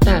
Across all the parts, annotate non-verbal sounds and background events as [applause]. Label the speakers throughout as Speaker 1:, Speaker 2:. Speaker 1: 大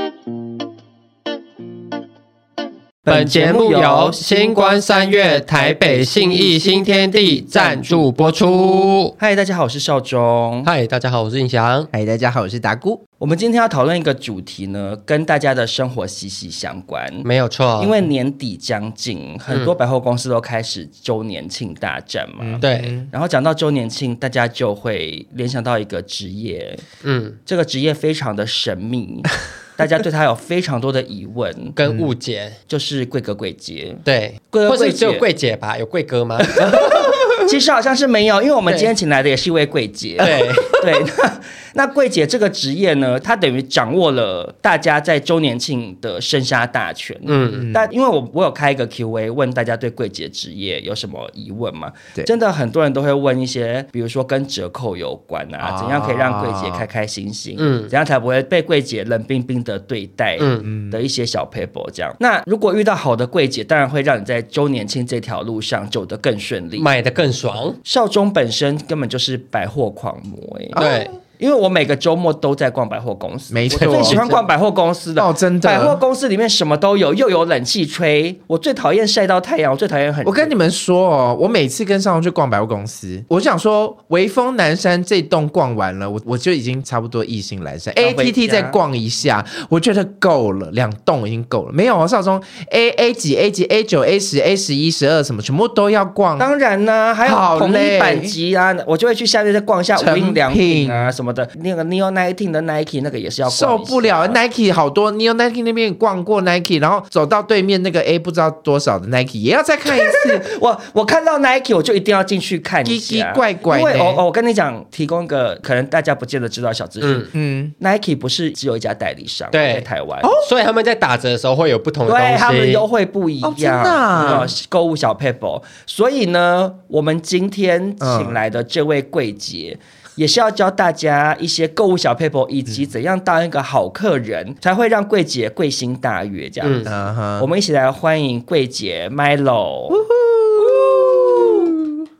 Speaker 2: 本节目由星光三月台北信义新天地赞助播出。
Speaker 3: 嗨，大家好，我是少中。
Speaker 2: 嗨，大家好，我是印翔。
Speaker 4: 嗨，大家好，我是达姑。
Speaker 3: 我们今天要讨论一个主题呢，跟大家的生活息息相关。
Speaker 5: 嗯
Speaker 2: 没有错，
Speaker 3: 因为年底将近，很多百货公司都开始周年庆大战嘛。
Speaker 5: 嗯
Speaker 2: 对，
Speaker 3: 然后讲到周年庆，大家就会联想到一个职业，
Speaker 2: 嗯，
Speaker 3: 这个职业非常的神秘，大家对它有非常多的疑问，
Speaker 2: 跟误解，
Speaker 3: 就是贵哥贵姐。
Speaker 2: 对，
Speaker 3: 贵哥
Speaker 2: 或
Speaker 3: 贵
Speaker 2: 是
Speaker 3: 姐
Speaker 2: 只有嗯贵姐吧？有贵哥吗？ [laughs]
Speaker 3: 其实好像是没有，因为我们今天请来的也是一位柜姐。
Speaker 2: 对，
Speaker 3: [laughs] 对，那那柜姐这个职业呢，她等于掌握了大家在周年庆的生杀大权。
Speaker 2: 嗯，
Speaker 3: 但因为我我有开一个 Q&A，问大家对柜姐职业有什么疑问吗？
Speaker 4: 对
Speaker 3: 真的很多人都会问一些，比如说跟折扣有关啊，
Speaker 4: 啊
Speaker 3: 怎样可以让柜姐开开心心？
Speaker 2: 嗯
Speaker 3: 怎样才不会被柜姐冷冰冰的对待？
Speaker 2: 嗯
Speaker 3: 的一些小 paper 这样。那如果遇到好的柜姐，当然会让你在周年庆这条路上走得更顺利。
Speaker 2: 买的更爽。
Speaker 3: 少中本身根本就是百货狂魔哎、
Speaker 2: 对，
Speaker 3: 因为我每个周末都在逛百货公司，
Speaker 4: 没错
Speaker 3: 我最喜欢逛百货公司的
Speaker 4: 哦真的
Speaker 3: 百货公司里面什么都有，又有冷气吹。我最讨厌晒到太阳，我最讨厌很热。
Speaker 6: 我跟你们说哦，我每次跟上去逛百货公司，我想说微风南山这栋逛完了，我我就已经差不多意兴阑珊。
Speaker 3: 要
Speaker 6: A
Speaker 3: 回
Speaker 6: T T
Speaker 3: 家
Speaker 6: 再逛一下，我觉得够了，两栋已经够了。没有哦，少中 A A 几 A 几 A 九 A 十 A 十一十二什么，全部都要逛。
Speaker 3: 当然呢、还有
Speaker 6: 好
Speaker 3: 统一
Speaker 6: 嘞
Speaker 3: 版级啊，我就会去下面再逛一下无印良品啊什么的。那个 Neo Nineteen 的 Nike 那个也是要逛一下
Speaker 6: 受不了，Nike 好多，你有 Nike 那边也逛过 Nike，然后走到对面那个 A 不知道多少的 Nike 也要再看一
Speaker 3: [laughs]
Speaker 6: 次，
Speaker 3: 我我看到 Nike 我就一定要进去看一
Speaker 6: 奇
Speaker 3: 下，
Speaker 6: 奇怪怪
Speaker 3: 因为
Speaker 6: 呢
Speaker 3: 我、哦、我跟你讲，提供一个可能大家不见得知道的小资讯、
Speaker 2: 嗯
Speaker 6: 嗯，
Speaker 3: Nike 不是只有一家代理商
Speaker 2: 对
Speaker 3: 在台湾。
Speaker 6: 哦
Speaker 2: 所以他们在打折的时候会有不同的
Speaker 3: 对他们优
Speaker 2: 东西。
Speaker 3: 惠不一
Speaker 6: 哦真的
Speaker 3: 样，
Speaker 6: 啊
Speaker 3: 有购物小 paper。所以呢，我们今天请来的这位柜
Speaker 6: [laughs]
Speaker 3: 姐，也是要教大家一些购物小 paper，以
Speaker 6: 嗯
Speaker 3: 及怎样当一个好客人，才会让柜姐贵心大悦。这样，
Speaker 2: 嗯
Speaker 3: 子。
Speaker 6: 嗯
Speaker 3: 我
Speaker 6: 哼，
Speaker 3: 们一起来欢迎柜姐 Milo。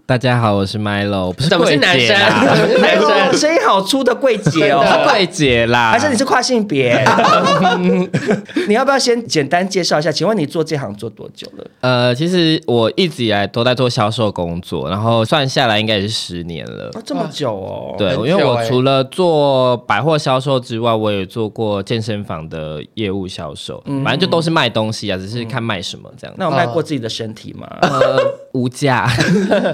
Speaker 4: 大家好，我是 Milo，不是
Speaker 2: 怎么是男生？怎么是男
Speaker 3: Milo，
Speaker 2: 生。
Speaker 3: 声音好粗的柜姐哦，
Speaker 4: 是柜姐啦。
Speaker 3: 还是你是跨
Speaker 2: [laughs]
Speaker 3: 性别？ [laughs] 你要不要先简单介绍一下？请问你做这行做多久了？
Speaker 4: 呃，其实我一直以来都在做销售工作，然后算下来应该也是十年了。
Speaker 3: 哦，这么久哦。
Speaker 4: 对，
Speaker 2: 很久
Speaker 4: 因为我
Speaker 2: 欸
Speaker 4: 除了做百货销售之外，我也做过健身房的业务销售，反正就都是卖东西啊，只是看卖什么这样。
Speaker 3: 嗯那我卖过自己的身体吗？
Speaker 4: 呃，无价。
Speaker 3: [laughs]
Speaker 4: [laughs]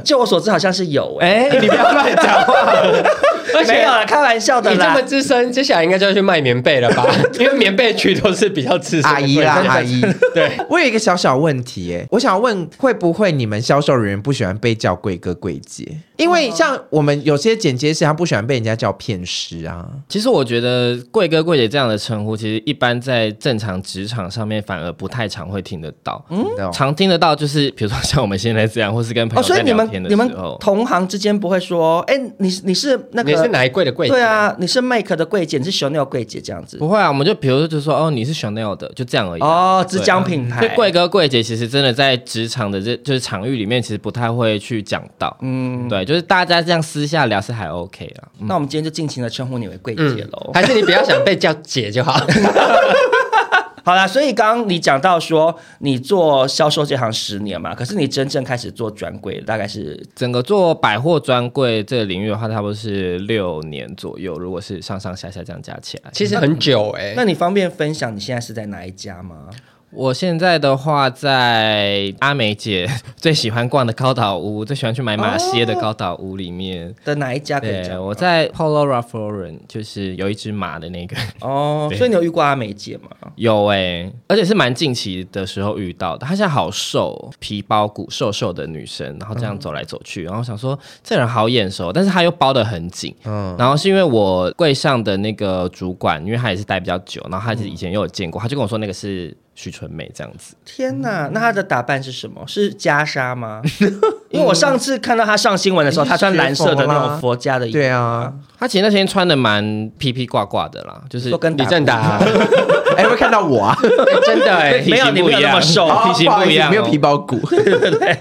Speaker 3: 就我所知，好像是有哎、
Speaker 4: 哎，你不要乱讲话。
Speaker 2: 而
Speaker 3: 没
Speaker 4: 啊
Speaker 2: 且
Speaker 3: 有啦，开玩笑
Speaker 2: [laughs]
Speaker 3: 的
Speaker 2: 你这
Speaker 3: 啦
Speaker 2: 么。资深，接下来应该就要去卖棉被了 [laughs] 吧？因为棉被区都是比较资深的
Speaker 6: 阿姨啦，阿姨。
Speaker 2: 对，
Speaker 6: [laughs] 我有一个小小问题、耶，我想问，会不会你们销售人员不喜欢被叫贵哥贵姐？因为像我们有些剪接师，他不喜欢被人家叫骗师啊。
Speaker 4: 其实我觉得“贵哥”“贵姐”这样的称呼，其实一般在正常职场上面反而不太常会听得到。
Speaker 6: 嗯，
Speaker 4: 常听得到就是，比如说像我们现在这样，或是跟朋
Speaker 3: 哦，
Speaker 4: 友
Speaker 3: 所
Speaker 4: 在
Speaker 3: 以你
Speaker 4: 聊
Speaker 3: 们
Speaker 4: 天的
Speaker 3: 你
Speaker 4: 时
Speaker 3: 们
Speaker 4: 候，
Speaker 3: 同行之间不会说，哎、你你是那个
Speaker 2: 你是哪一柜的柜姐？
Speaker 3: 对，啊，你是 Make 的柜姐，你是 Chanel 柜姐这样子。
Speaker 4: 不会啊，我们就比如说就说哦，你是 Chanel 的，就这样而已啊。
Speaker 3: 哦，只讲品
Speaker 4: 所
Speaker 3: 牌
Speaker 4: 以。贵哥贵姐其实真的在职场的这就是场域里面，其实不太会去讲到，嗯，对，就是大家这样私下聊是还 OK 啊。
Speaker 3: 那我们今天就尽情的称呼你为柜姐
Speaker 2: 嗯
Speaker 3: 喽，。
Speaker 2: 还是你不要想被叫姐就
Speaker 4: [laughs]
Speaker 2: 好。
Speaker 3: 好啦，所以刚刚你讲到说你做销售这行十年嘛，可是你真正开始做专柜大概是
Speaker 4: 整个做百货专柜这个领域的话，差不多是六年左右，如果是上上下下这样加起来，
Speaker 2: 其实很久哎、
Speaker 3: 那你方便分享你现在是在哪一家吗？
Speaker 4: 我现在的话，在阿梅姐 [laughs] 最喜欢逛的高岛屋，最喜欢去买马歇的高岛屋里面。
Speaker 3: 的哪一哦家可以
Speaker 4: 对，
Speaker 3: 讲？
Speaker 4: 我在 Polora Florin，就是有一只马的那个，
Speaker 3: 哦，所以你有遇过阿美姐吗？
Speaker 4: 有哎、而且是蛮近期的时候遇到的。她现在好瘦，皮包骨，瘦瘦的女生，然后这样走来走
Speaker 3: 嗯
Speaker 4: 去，然后想说这人好眼熟，但是她又包得很紧。
Speaker 6: 嗯
Speaker 4: 然后是因为我柜上的那个主管，因为她也是待比较久，然后她是以前也有见过，她就跟我说那个是许纯美这样子。
Speaker 3: 天哪，那她的打扮是什么？是袈裟吗？因为我上次看到她上新闻的时候，
Speaker 6: 你是
Speaker 3: 她穿蓝色的
Speaker 6: 学佛啦
Speaker 3: 那种佛家的衣服，
Speaker 6: 对啊，
Speaker 4: 她其实那天穿的蛮披披挂挂的啦，就是
Speaker 3: 说跟
Speaker 2: 李正达、
Speaker 6: 哎，会看到我啊，
Speaker 3: [laughs]
Speaker 4: 哎真的哎、
Speaker 3: 没有
Speaker 4: 体型
Speaker 3: 你
Speaker 4: 不
Speaker 3: 没有
Speaker 4: 一
Speaker 3: 那么
Speaker 4: 样
Speaker 3: 瘦
Speaker 6: [laughs] 哦
Speaker 4: 体型
Speaker 6: 不好
Speaker 4: 不
Speaker 6: 意
Speaker 4: 一
Speaker 6: 思
Speaker 4: 样哦、
Speaker 6: 没有皮包骨。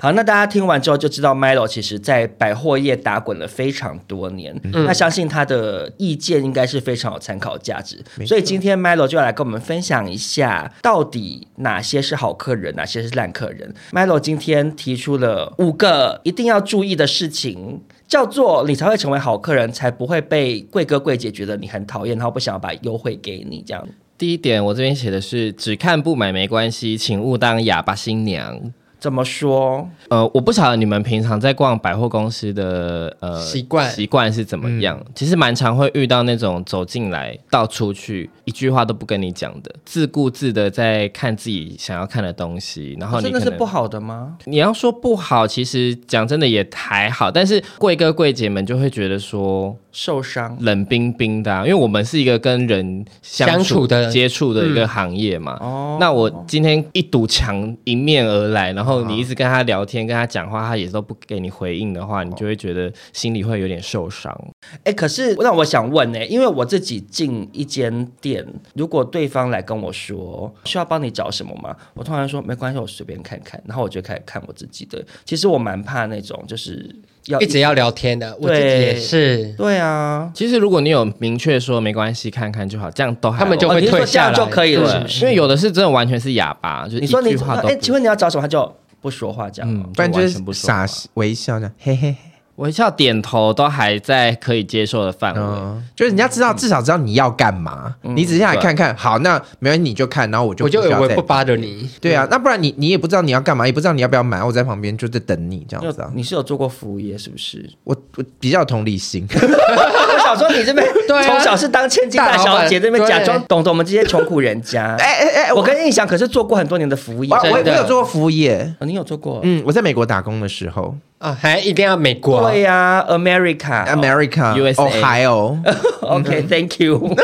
Speaker 3: 好，那大家听完之后就知道，Milo 其实在百货业打滚了非常多年，那相信他的意见应该是非常有参考价值。所以今天 Milo 就要来跟我们分享一下，到底哪些是好客人，哪些是烂客人。Milo 今天提出了五个一定要注意的事情。叫做你才会成为好客人，才不会被贵哥贵姐觉得你很讨厌，然后不想要把优惠给你这样。
Speaker 4: 第一点，我这边写的是只看不买没关系，请勿当哑巴新娘。
Speaker 3: 怎么说？
Speaker 4: 呃，我不晓得你们平常在逛百货公司的呃
Speaker 2: 习惯
Speaker 4: 习惯是怎么样。其实蛮常会遇到那种走进来到出去一句话都不跟你讲的，自顾自的在看自己想要看的东西，然后你
Speaker 3: 哦真的
Speaker 4: 可
Speaker 3: 是
Speaker 4: 能
Speaker 3: 不好的吗？
Speaker 4: 你要说不好，其实讲真的也还好，但是贵哥贵姐们就会觉得说
Speaker 3: 受伤
Speaker 4: 冷冰冰的啊、因为我们是一个跟人相
Speaker 2: 相处的
Speaker 4: 接触的一个行业
Speaker 3: 哦
Speaker 4: 嘛。那我今天一堵墙迎面而来，然后你一直跟他聊天、跟他讲话，他也都不给你回应的话，你就会觉得心里会有点受伤。
Speaker 3: 哎、可是那我想问呢、因为我自己进一间店，如果对方来跟我说需要帮你找什么吗？我通常说没关系，我随便看看，然后我就开始看我自己的。其实我蛮怕那种就是要
Speaker 2: 一直要聊天的，我自己也是，
Speaker 3: 对啊，
Speaker 4: 其实如果你有明确说没关系，看看就好，这样都还
Speaker 2: 他们就
Speaker 3: 哦
Speaker 2: 会
Speaker 3: 你是说
Speaker 2: 退
Speaker 3: 这样
Speaker 2: 下来
Speaker 3: 就可以了，
Speaker 2: 对
Speaker 3: 是不
Speaker 4: 对，
Speaker 3: 是？
Speaker 4: 因为有的是真的完全是哑巴，就是
Speaker 3: 你说
Speaker 4: 一
Speaker 3: 你
Speaker 4: 句话都
Speaker 3: 哎、
Speaker 4: 不
Speaker 3: 请问你要找什么？他就不说话这样。
Speaker 4: 嗯，
Speaker 6: [laughs] 不然就
Speaker 4: 完全不
Speaker 6: 是
Speaker 4: 说话
Speaker 6: 傻微笑这样，嘿嘿。嘿
Speaker 4: 微笑点头都还在可以接受的范围。
Speaker 6: 嗯，就是人家知道，至少知道你要干嘛。你只是想来看看，好，那没关系，你就看，然后我就
Speaker 2: 我就
Speaker 6: 不需
Speaker 2: 以
Speaker 6: 要
Speaker 2: 为
Speaker 6: 再
Speaker 2: 不巴着你，
Speaker 6: 对啊，那不然你你也不知道你要干嘛，也不知道你要不要买，我在旁边就在等你这
Speaker 3: 你
Speaker 6: 样子
Speaker 3: 有
Speaker 6: 啊。
Speaker 3: 你是有做过服务业是
Speaker 2: [laughs]
Speaker 3: 不是？
Speaker 6: 我我比较有同理心，
Speaker 3: 我想说你这边
Speaker 2: 对啊
Speaker 3: 从小是当千金大
Speaker 2: 大老
Speaker 3: 小
Speaker 2: 板
Speaker 3: 姐，这边假装
Speaker 2: 对
Speaker 3: 懂得我们这些穷苦人
Speaker 2: [laughs]
Speaker 3: 家。
Speaker 6: 哎哎哎，
Speaker 3: 我
Speaker 6: 我
Speaker 3: 跟印象可是做过很多年的服务业
Speaker 6: 我，我我
Speaker 2: 真的
Speaker 6: 有做过服务业，
Speaker 3: 哦、你有做过？
Speaker 6: 嗯，我在美国打工的时候
Speaker 2: 啊，还一定要美国，
Speaker 4: 啊
Speaker 3: 对呀、a m e r i c a [laughs]
Speaker 6: 啊，America、
Speaker 4: USA
Speaker 6: Ohio，
Speaker 3: o k
Speaker 2: 嗯
Speaker 3: t h a n k you。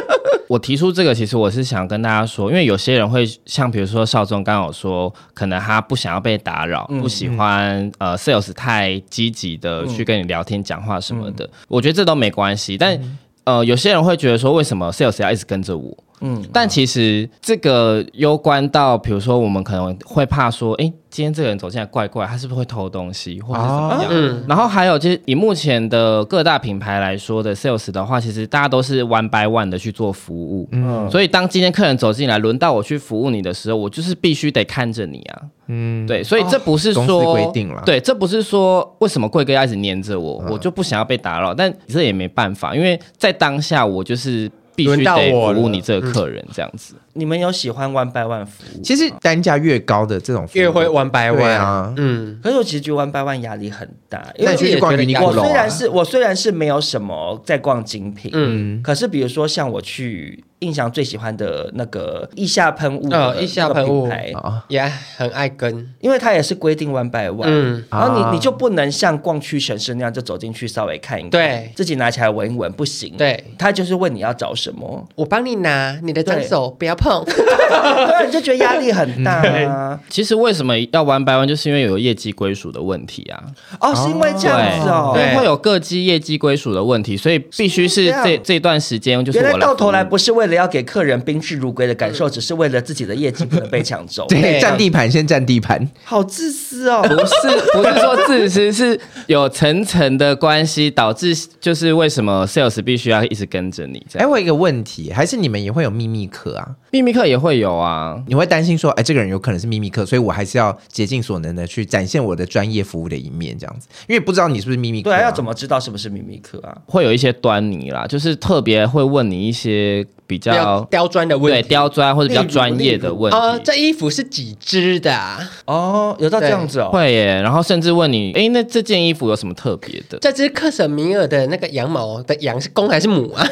Speaker 4: 我提出这个，其实我是想跟大家说，因为有些人会像比如说少宗刚刚有说，可能他不想要被打扰，不喜欢、呃 sales 太积极的去跟你聊天、讲话什么的，我觉得这都没关系。但、呃，有些人会觉得说，为什么 sales 要一直跟着我？嗯，但其实这个攸关到，比如说我们可能会怕说，诶，今天这个人走进来怪怪，他是不是会偷东西，或者是怎么样？
Speaker 2: 嗯，
Speaker 4: 然后还有就是以目前的各大品牌来说的 sales 的话，其实大家都是 one by one 的去做服务，嗯，所以当今天客人走进来，轮到我去服务你的时候，我就是必须得看着你啊，嗯，对，所以这不是
Speaker 6: 公
Speaker 4: 说、
Speaker 6: 司规定啦
Speaker 4: 对，这不是说为什么贵哥要一直黏着我，我就不想要被打扰，但这也没办法，因为在当下我就是必须
Speaker 2: 轮到
Speaker 4: 得
Speaker 2: 我
Speaker 4: 服务
Speaker 2: 了
Speaker 4: 你这个客人这样子。
Speaker 3: [laughs] 你们有喜欢 One by One 服务？
Speaker 6: 其实单价越高的这种服务
Speaker 2: 越会玩百万
Speaker 6: 对啊
Speaker 2: 嗯，
Speaker 3: 可是我其实觉得 One by One 压力很大，因
Speaker 6: 那
Speaker 3: 为
Speaker 6: 你去逛云尼库
Speaker 3: 我
Speaker 6: 楼
Speaker 3: 虽
Speaker 6: 啊
Speaker 3: 然，是我虽然是没有什么在逛精品，
Speaker 2: 嗯
Speaker 3: 嗯，可是比如说像我去印象最喜欢的那个腋下喷雾的
Speaker 2: 哦腋下
Speaker 3: 那个
Speaker 2: 喷雾
Speaker 3: 品牌
Speaker 6: 啊
Speaker 2: 也很爱跟，
Speaker 3: 因为它也是规定 one by one，、
Speaker 2: 嗯
Speaker 3: 然后你、
Speaker 6: 啊
Speaker 3: 你就不能像逛屈臣氏那样就走进去稍微看一看，
Speaker 2: 对
Speaker 3: 自己拿起来闻一闻不行，，
Speaker 2: 对
Speaker 3: 他就是问你要找什么， [laughs]
Speaker 2: 我帮你拿你的脏手，不要碰，
Speaker 3: 对，你就觉得压力很大啊。
Speaker 4: 其实为什么要 one by one，就是因为有业绩归属的问题啊。
Speaker 3: 哦，是因为这样子哦，
Speaker 2: 对
Speaker 4: 因为会有各机业绩归属的问题，所以必须
Speaker 3: 是
Speaker 4: 是
Speaker 3: 这样
Speaker 4: 这这段时间就是
Speaker 3: 原来
Speaker 4: 我
Speaker 3: 到头来
Speaker 4: 服务
Speaker 3: 不是为了要给客人宾至如归的感受，只是为了自己的业绩不能被抢走，
Speaker 6: 对，
Speaker 2: 对
Speaker 6: 占地盘先占地盘，
Speaker 3: 好自私哦。
Speaker 4: 不是不是说自私，是有层层的关系导致，就是为什么 sales 必须要一直跟着你这
Speaker 6: 哎，
Speaker 4: 样。
Speaker 6: 我有一个问题，还是你们也会有秘密课啊？
Speaker 4: 秘密课也会有啊，
Speaker 6: 你会担心说，哎，这个人有可能是秘密客，所以我还是要竭尽所能的去展现我的专业服务的一面，这样子，因为不知道你是不是秘密客、
Speaker 3: 对啊，要怎
Speaker 6: 么？
Speaker 3: 么知道是不是秘密课啊？
Speaker 4: 会有一些端倪啦，就是特别会问你一些。比
Speaker 5: 比较
Speaker 4: 较
Speaker 5: 刁钻的问
Speaker 4: 对
Speaker 5: 题。
Speaker 4: 刁钻或者比较
Speaker 6: 例如
Speaker 4: 专业的问题。
Speaker 2: 呃
Speaker 5: 哦，这衣服是几支的、啊？
Speaker 3: 哦，有到这样子哦，
Speaker 4: 会耶，然后甚至问你，哎，那这件衣服有什么特别的？
Speaker 5: 这只克什米尔的那个羊毛的羊是公还是母
Speaker 3: [laughs]
Speaker 5: 啊？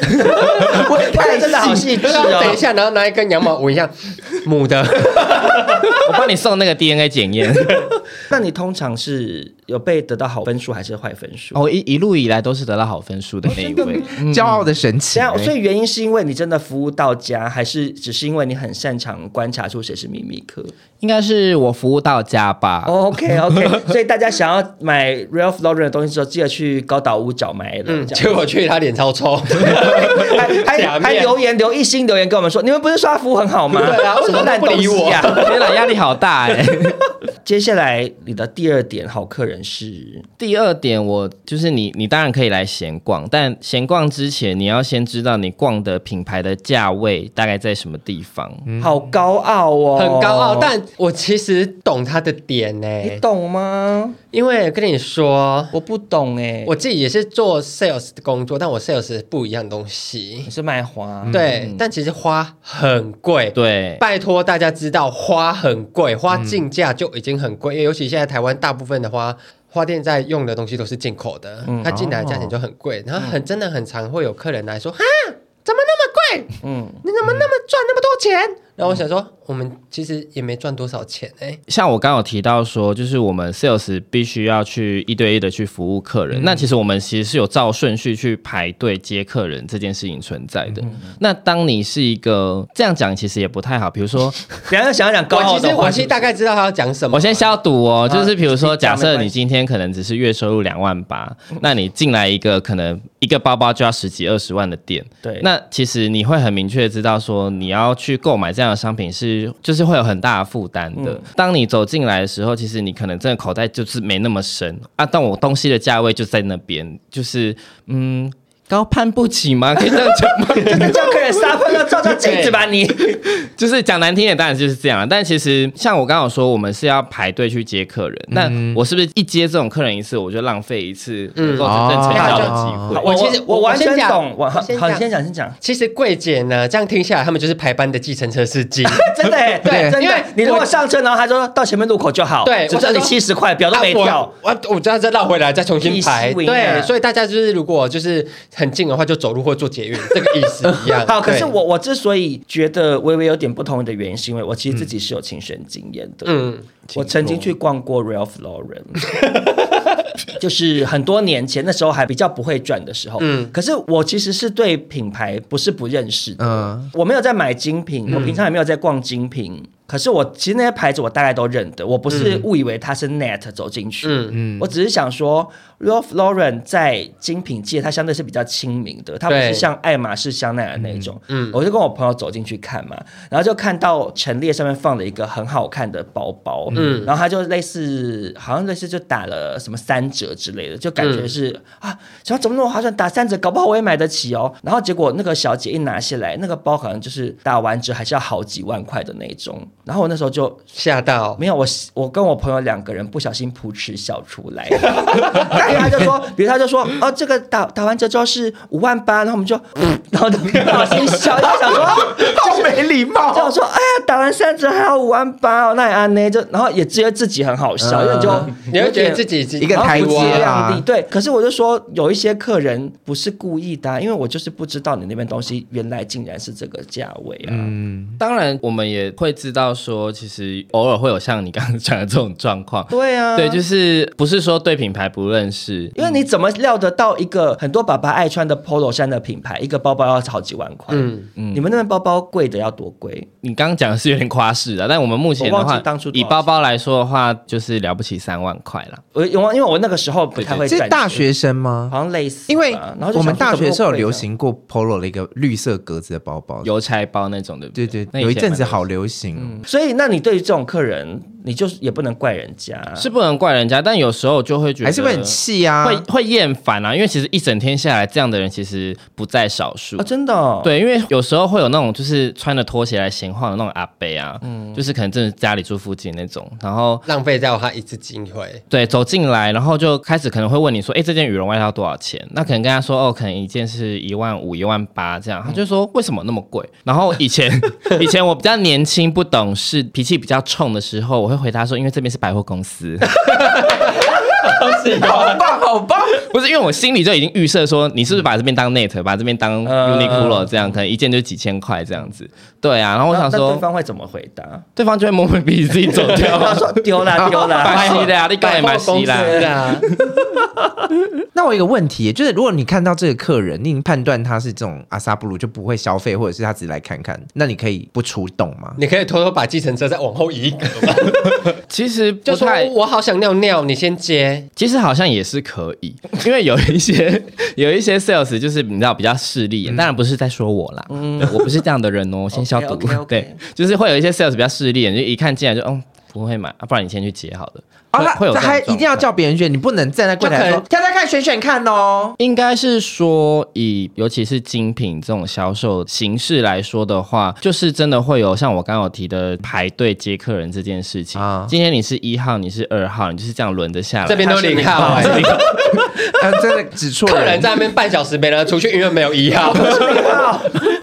Speaker 3: 会太真的好细致
Speaker 5: 然后等一
Speaker 3: 哦。
Speaker 5: 下，然后拿一根羊毛闻一下，母的。
Speaker 4: 我帮你送那个 DNA 检验。
Speaker 3: 那你通常是有被得到好分数还是坏分数？
Speaker 4: 哦我一一路以来都是得到好分数的那一位。
Speaker 6: 骄傲的神欸
Speaker 3: 这
Speaker 6: 情、
Speaker 3: 样，嗯啊所以原因是因为你真的服务到家，还是只是因为你很擅长观察出谁是秘密客
Speaker 4: 应该是我服务到家吧。
Speaker 3: ？OK OK，所以大家想要买 Real Florian 的东西的时候，记得去高岛屋找买的。
Speaker 5: 嗯，
Speaker 3: 这
Speaker 5: 结
Speaker 3: 样
Speaker 5: 果去他脸超臭。
Speaker 3: 哦
Speaker 5: [laughs]
Speaker 3: 还
Speaker 5: 假
Speaker 3: 还
Speaker 5: 面
Speaker 3: 还留言留一星留言跟我们说，你们不是说他服务很好吗？
Speaker 5: 对啊为什么
Speaker 3: 么烂
Speaker 5: 都不
Speaker 3: 东
Speaker 5: 理
Speaker 3: 西呀、
Speaker 4: 天哪，压力好大哎、
Speaker 3: 接下来你的第二点好客人是
Speaker 4: [laughs] 第二点，我就是你，你当然可以来闲逛，但闲逛之前，你要先知道你逛的品牌的价位大概在什么地方。
Speaker 3: 好高傲哦，
Speaker 5: 很高傲，但我其实懂他的点呢、
Speaker 3: 你懂吗？
Speaker 5: 因为跟你说，
Speaker 3: 我不懂哎、
Speaker 5: 我自己也是做 sales 的工作，但我 sales 是不一样的东西
Speaker 3: 你。是卖花，
Speaker 5: 对，但其实花很贵。
Speaker 4: 对，
Speaker 5: 拜托大家知道花很贵，花进价就已经很贵，因为尤其现在台湾大部分的花。花店在用的东西都是进口的，它进来的价钱就很贵，然后很真的很常会有客人来说，哈，啊怎么那么贵？嗯，你怎么那么赚那么多钱？然后我想说，我们其实也没赚多少钱哎、
Speaker 4: 像我刚刚有提到说，就是我们 sales 必须要去一对一的去服务客人。那其实我们其实是有照顺序去排队接客人这件事情存在的。那当你是一个这样讲，其实也不太好。比如说，
Speaker 3: 等一下想要讲高傲
Speaker 5: 我其
Speaker 3: 的
Speaker 5: 实
Speaker 3: 话
Speaker 5: 我其实大概知道他要讲什么，
Speaker 4: 我先消毒哦，就是比如说，
Speaker 3: 讲啊
Speaker 4: 假
Speaker 3: 没关系
Speaker 4: 设你今天可能只是月收入两万八，那你进来一个可能一个包包就要十几二十万的店，
Speaker 3: 对
Speaker 4: 那其实你会很明确地知道说你要去购买这样的商品是就是会有很大的负担的。
Speaker 3: 嗯
Speaker 4: 当你走进来的时候，其实你可能真的口袋就是没那么深啊，但我东西的价位就在那边，就是嗯。高攀不起吗？可以这样讲吗？ [laughs]
Speaker 3: 那叫客人撒泼要照照镜子吧你。
Speaker 4: 就是讲难听点，当然就是这样啊。但其实像我刚刚有说，我们是要排队去接客人。那、
Speaker 6: 嗯
Speaker 4: 我是不是一接这种客人一次，我就浪费一次能够真正成交的机会？
Speaker 6: 哦
Speaker 3: 好我
Speaker 5: 我其实
Speaker 3: 我
Speaker 5: 我
Speaker 3: 完全
Speaker 5: 先讲
Speaker 3: 懂，我好，
Speaker 5: 我先
Speaker 3: 你
Speaker 5: 讲
Speaker 3: 先讲，先讲。
Speaker 5: 其实柜姐呢，这样听下来，他们就是排班的计程车司机。
Speaker 3: 真的欸，
Speaker 5: 对
Speaker 3: 真
Speaker 5: 因
Speaker 3: 的
Speaker 5: 为。
Speaker 3: 你如果
Speaker 5: 我
Speaker 3: 上车，然后他说到前面路口就好，
Speaker 5: 对
Speaker 3: 只
Speaker 5: 我
Speaker 3: 收
Speaker 5: 想
Speaker 3: 你
Speaker 5: 说
Speaker 3: 七十块，表都没跳
Speaker 5: 啊。我我我这样再绕回来，再重新排。
Speaker 3: East Wing 啊。
Speaker 5: 对，所以大家就是如果就是很近的话，就走路或坐捷运， [laughs] 这个意思一样 [laughs]
Speaker 3: 好，可
Speaker 5: 对
Speaker 3: 是我我之所以觉得微微有点不同的原因，是因为我其实自己是有亲身经验的。
Speaker 5: 嗯，
Speaker 3: 我曾经去逛过 Ralph
Speaker 5: [laughs]
Speaker 3: Lauren，就是很多年前，那时候还比较不会赚的时候。嗯，可是我其实是对品牌不是不认识的，
Speaker 6: 嗯
Speaker 3: 我没有在买精品，我平常也没有在逛精品。
Speaker 5: 嗯
Speaker 3: 可是我其实那些牌子我大概都认得，我不是误以为它是 Net 走进去，嗯嗯，我只是想说，Ralph Lauren 在精品界它相对是比较亲民的，它不是
Speaker 5: 对
Speaker 3: 像爱马仕、香奈儿那种，嗯，我就跟我朋友走进去看嘛，然后就看到陈列上面放了一个很好看的包包，嗯，然后它就类似好像类似就打了什么三折之类的，就感觉是、啊，想说怎么那么划算，打三折，搞不好我也买得起哦。然后结果那个小姐一拿下来，那个包好像就是打完折还是要好几万块的那一种，然后我那时候就
Speaker 5: 吓到。
Speaker 3: 没有，我我跟我朋友两个人不小心扑哧笑出来， [laughs] 大家就说，比如他就说，哦，这个打打完折之后是五万八，然后我们就， [laughs] 然后就不小心笑，就想说， [laughs] 好没礼貌，就说，哎呀，打完三折还要五万八哦，那也安呢，就然后也觉得自己很好笑，因为就
Speaker 5: 嗯你会觉得自
Speaker 3: 己。
Speaker 5: 己已经
Speaker 6: 一个
Speaker 3: 然后
Speaker 6: 台
Speaker 3: 不自
Speaker 5: 啊
Speaker 6: 阶
Speaker 3: 量力
Speaker 6: 啦，
Speaker 3: 对，可是我就说有一些客人不是故意的啊、因为我就是不知道你那边东西原来竟然是这个价位啊。
Speaker 5: 嗯
Speaker 4: 当然，我们也会知道说，其实偶尔会有像你刚刚讲的这种状况。
Speaker 3: 对啊，
Speaker 4: 对，就是不是说对品牌不认识，
Speaker 3: 因为你怎么料得到一个很多爸爸爱穿的 polo 衫的品牌，一个包包要好几万块？嗯嗯，你们那边包包贵的要多贵？
Speaker 4: 你刚刚讲的是有点夸饰的，但我们目前的
Speaker 3: 我忘
Speaker 4: 话
Speaker 3: 记当初，多
Speaker 4: 以
Speaker 3: 少
Speaker 4: 包包来说的话，就是了不起三万块啦。
Speaker 3: 我因为因为我那个时候不太会赚
Speaker 6: 这是
Speaker 3: 钱，
Speaker 6: 大学生吗？
Speaker 3: 好像类似吧，
Speaker 6: 因为
Speaker 3: 啊然后就
Speaker 6: 我们
Speaker 3: 想
Speaker 6: 大
Speaker 3: 说怎么
Speaker 6: 学
Speaker 3: 会
Speaker 6: 是有
Speaker 3: 贵
Speaker 6: 流
Speaker 3: 这样
Speaker 6: 行过 Polo 的一个绿色格子的包包，
Speaker 4: 邮差包那种，对不
Speaker 6: 对
Speaker 4: 对？
Speaker 6: 对，
Speaker 4: 那以
Speaker 6: 有一
Speaker 4: 前
Speaker 6: 阵
Speaker 4: 蛮
Speaker 3: 嗯
Speaker 6: 子
Speaker 4: 流行
Speaker 6: 好流行哦。
Speaker 3: 所以，那你对于这种客人，你就是也不能怪人家。
Speaker 4: 是不能怪人家，但有时候就会觉得
Speaker 6: 还是会很气啊，
Speaker 4: 会会厌烦啊，因为其实一整天下来，这样的人其实不在少数。
Speaker 3: 啊，真的、哦，
Speaker 4: 对，因为有时候会有那种就是穿着拖鞋来闲晃的那种阿伯啊，就是可能真的家里住附近那种，然后
Speaker 5: 浪费掉他一次机会。
Speaker 4: 对走进来，然后就开始可能会问你说，哎，这件羽绒外套多少钱？那可能跟他说，哦，可能一件是一万五、一万八这样，他就说为什么那么贵？然后以前以前我比较年轻不懂事，脾气比较冲的时候，我会回答说，因为这边是百货公司。 [laughs]
Speaker 3: [laughs]
Speaker 6: 好棒好棒，
Speaker 4: 不是因为我心里就已经预设说，你是不是把这边当 Net，把这边当
Speaker 3: 嗯
Speaker 4: Uniqlo 这样，可能一件就几千块这样子。对啊，然后我想
Speaker 3: 那那对
Speaker 4: 说，
Speaker 3: 方会怎么回答？
Speaker 4: 对方就会摸摸鼻子自己走
Speaker 3: [laughs]
Speaker 4: 掉，
Speaker 3: 他说丢啦丢
Speaker 4: [laughs] 巴西
Speaker 3: 啦，
Speaker 4: 的啊，你干也蛮西啦。
Speaker 5: 对啊，
Speaker 6: 那我有一个问题，就是如果你看到这个客人，你已经判断他是这种阿萨布鲁就不会消费，或者是他只是来看看，那你可以不出动吗？
Speaker 5: 你可以偷偷把计程车再往后移一格吗？
Speaker 4: 其实不
Speaker 5: 就说
Speaker 4: 太，
Speaker 5: 我好想尿尿，你先接。
Speaker 4: 其实好像也是可以，因为有一些 [laughs] 有一些 sales 就是你知道比较势利
Speaker 3: 嗯
Speaker 4: 眼，当然不是在说我啦，对我不是这样的人
Speaker 3: [laughs]
Speaker 4: 哦，先消毒。
Speaker 3: OK，OK，OK
Speaker 4: 对，就是会有一些 sales 比较势利眼，就一看进来就嗯。不会买、啊，不然你先去结好了。
Speaker 6: 啊，
Speaker 4: 会会有
Speaker 6: 他
Speaker 4: 这
Speaker 6: 他
Speaker 4: 种
Speaker 6: 还
Speaker 4: 状况
Speaker 6: 一定要叫别人选，你不能站在柜
Speaker 5: 就可
Speaker 6: 台
Speaker 5: 能
Speaker 6: 说跳跳看选选看
Speaker 4: [laughs]
Speaker 6: 哦。
Speaker 4: 应该是说以，尤其是精品这种销售形式来说的话，就是真的会有像我刚刚有提的排队接客人这件事情。
Speaker 6: 啊
Speaker 4: 今天你是一号，你是二号，你就是这样轮着下来。
Speaker 5: 这边都零号、
Speaker 4: 他是
Speaker 5: 欸，
Speaker 6: 嗯，真的指错
Speaker 5: 客
Speaker 6: 人
Speaker 5: 人，在那边半小时没人出去，因为没有一号。
Speaker 4: [laughs]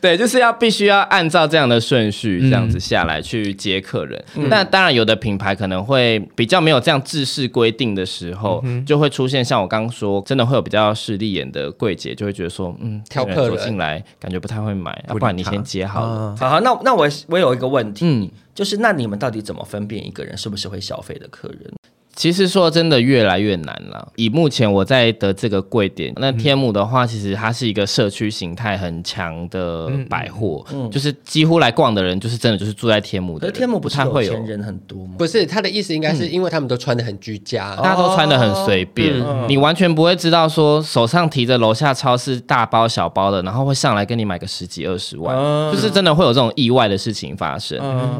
Speaker 4: 对，就是要必须要按照这样的顺序，这样子下来去接客人。
Speaker 5: 嗯
Speaker 4: 那当然，有的品牌可能会比较没有这样制式规定的时候，
Speaker 5: 嗯
Speaker 4: 就会出现像我刚刚说，真的会有比较势利眼的柜姐，就会觉得说，嗯，
Speaker 5: 挑
Speaker 4: 这
Speaker 5: 客
Speaker 4: 走
Speaker 5: 人
Speaker 4: 进来感觉不太会买，要
Speaker 6: 理
Speaker 4: 不然你
Speaker 6: 他
Speaker 4: 先接好了。
Speaker 3: 好好，那那我我有一个问题，
Speaker 4: 嗯，
Speaker 3: 就是那你们到底怎么分辨一个人是不是会消费的客人？
Speaker 4: 其实说真的，越来越难了。以目前我在的这个柜点，那
Speaker 3: 嗯
Speaker 4: 天母的话，其实它是一个社区形态很强
Speaker 3: 嗯
Speaker 4: 的百货，就是几乎来逛的人，就是真的就是住在天母
Speaker 3: 可是
Speaker 4: 的人，
Speaker 3: 天幕不
Speaker 4: 不
Speaker 3: 是
Speaker 4: 太
Speaker 3: 有
Speaker 4: 会
Speaker 3: 钱人很多吗？
Speaker 5: [laughs] 不是他的意思，应该是因为他们都穿的很居家。
Speaker 4: 大家都穿的很随便，哦嗯你完全不会知道说手上提着楼下超市大包小包的，然后会上来跟你买个十几二十万，就是真的会有这种意外的事情发生。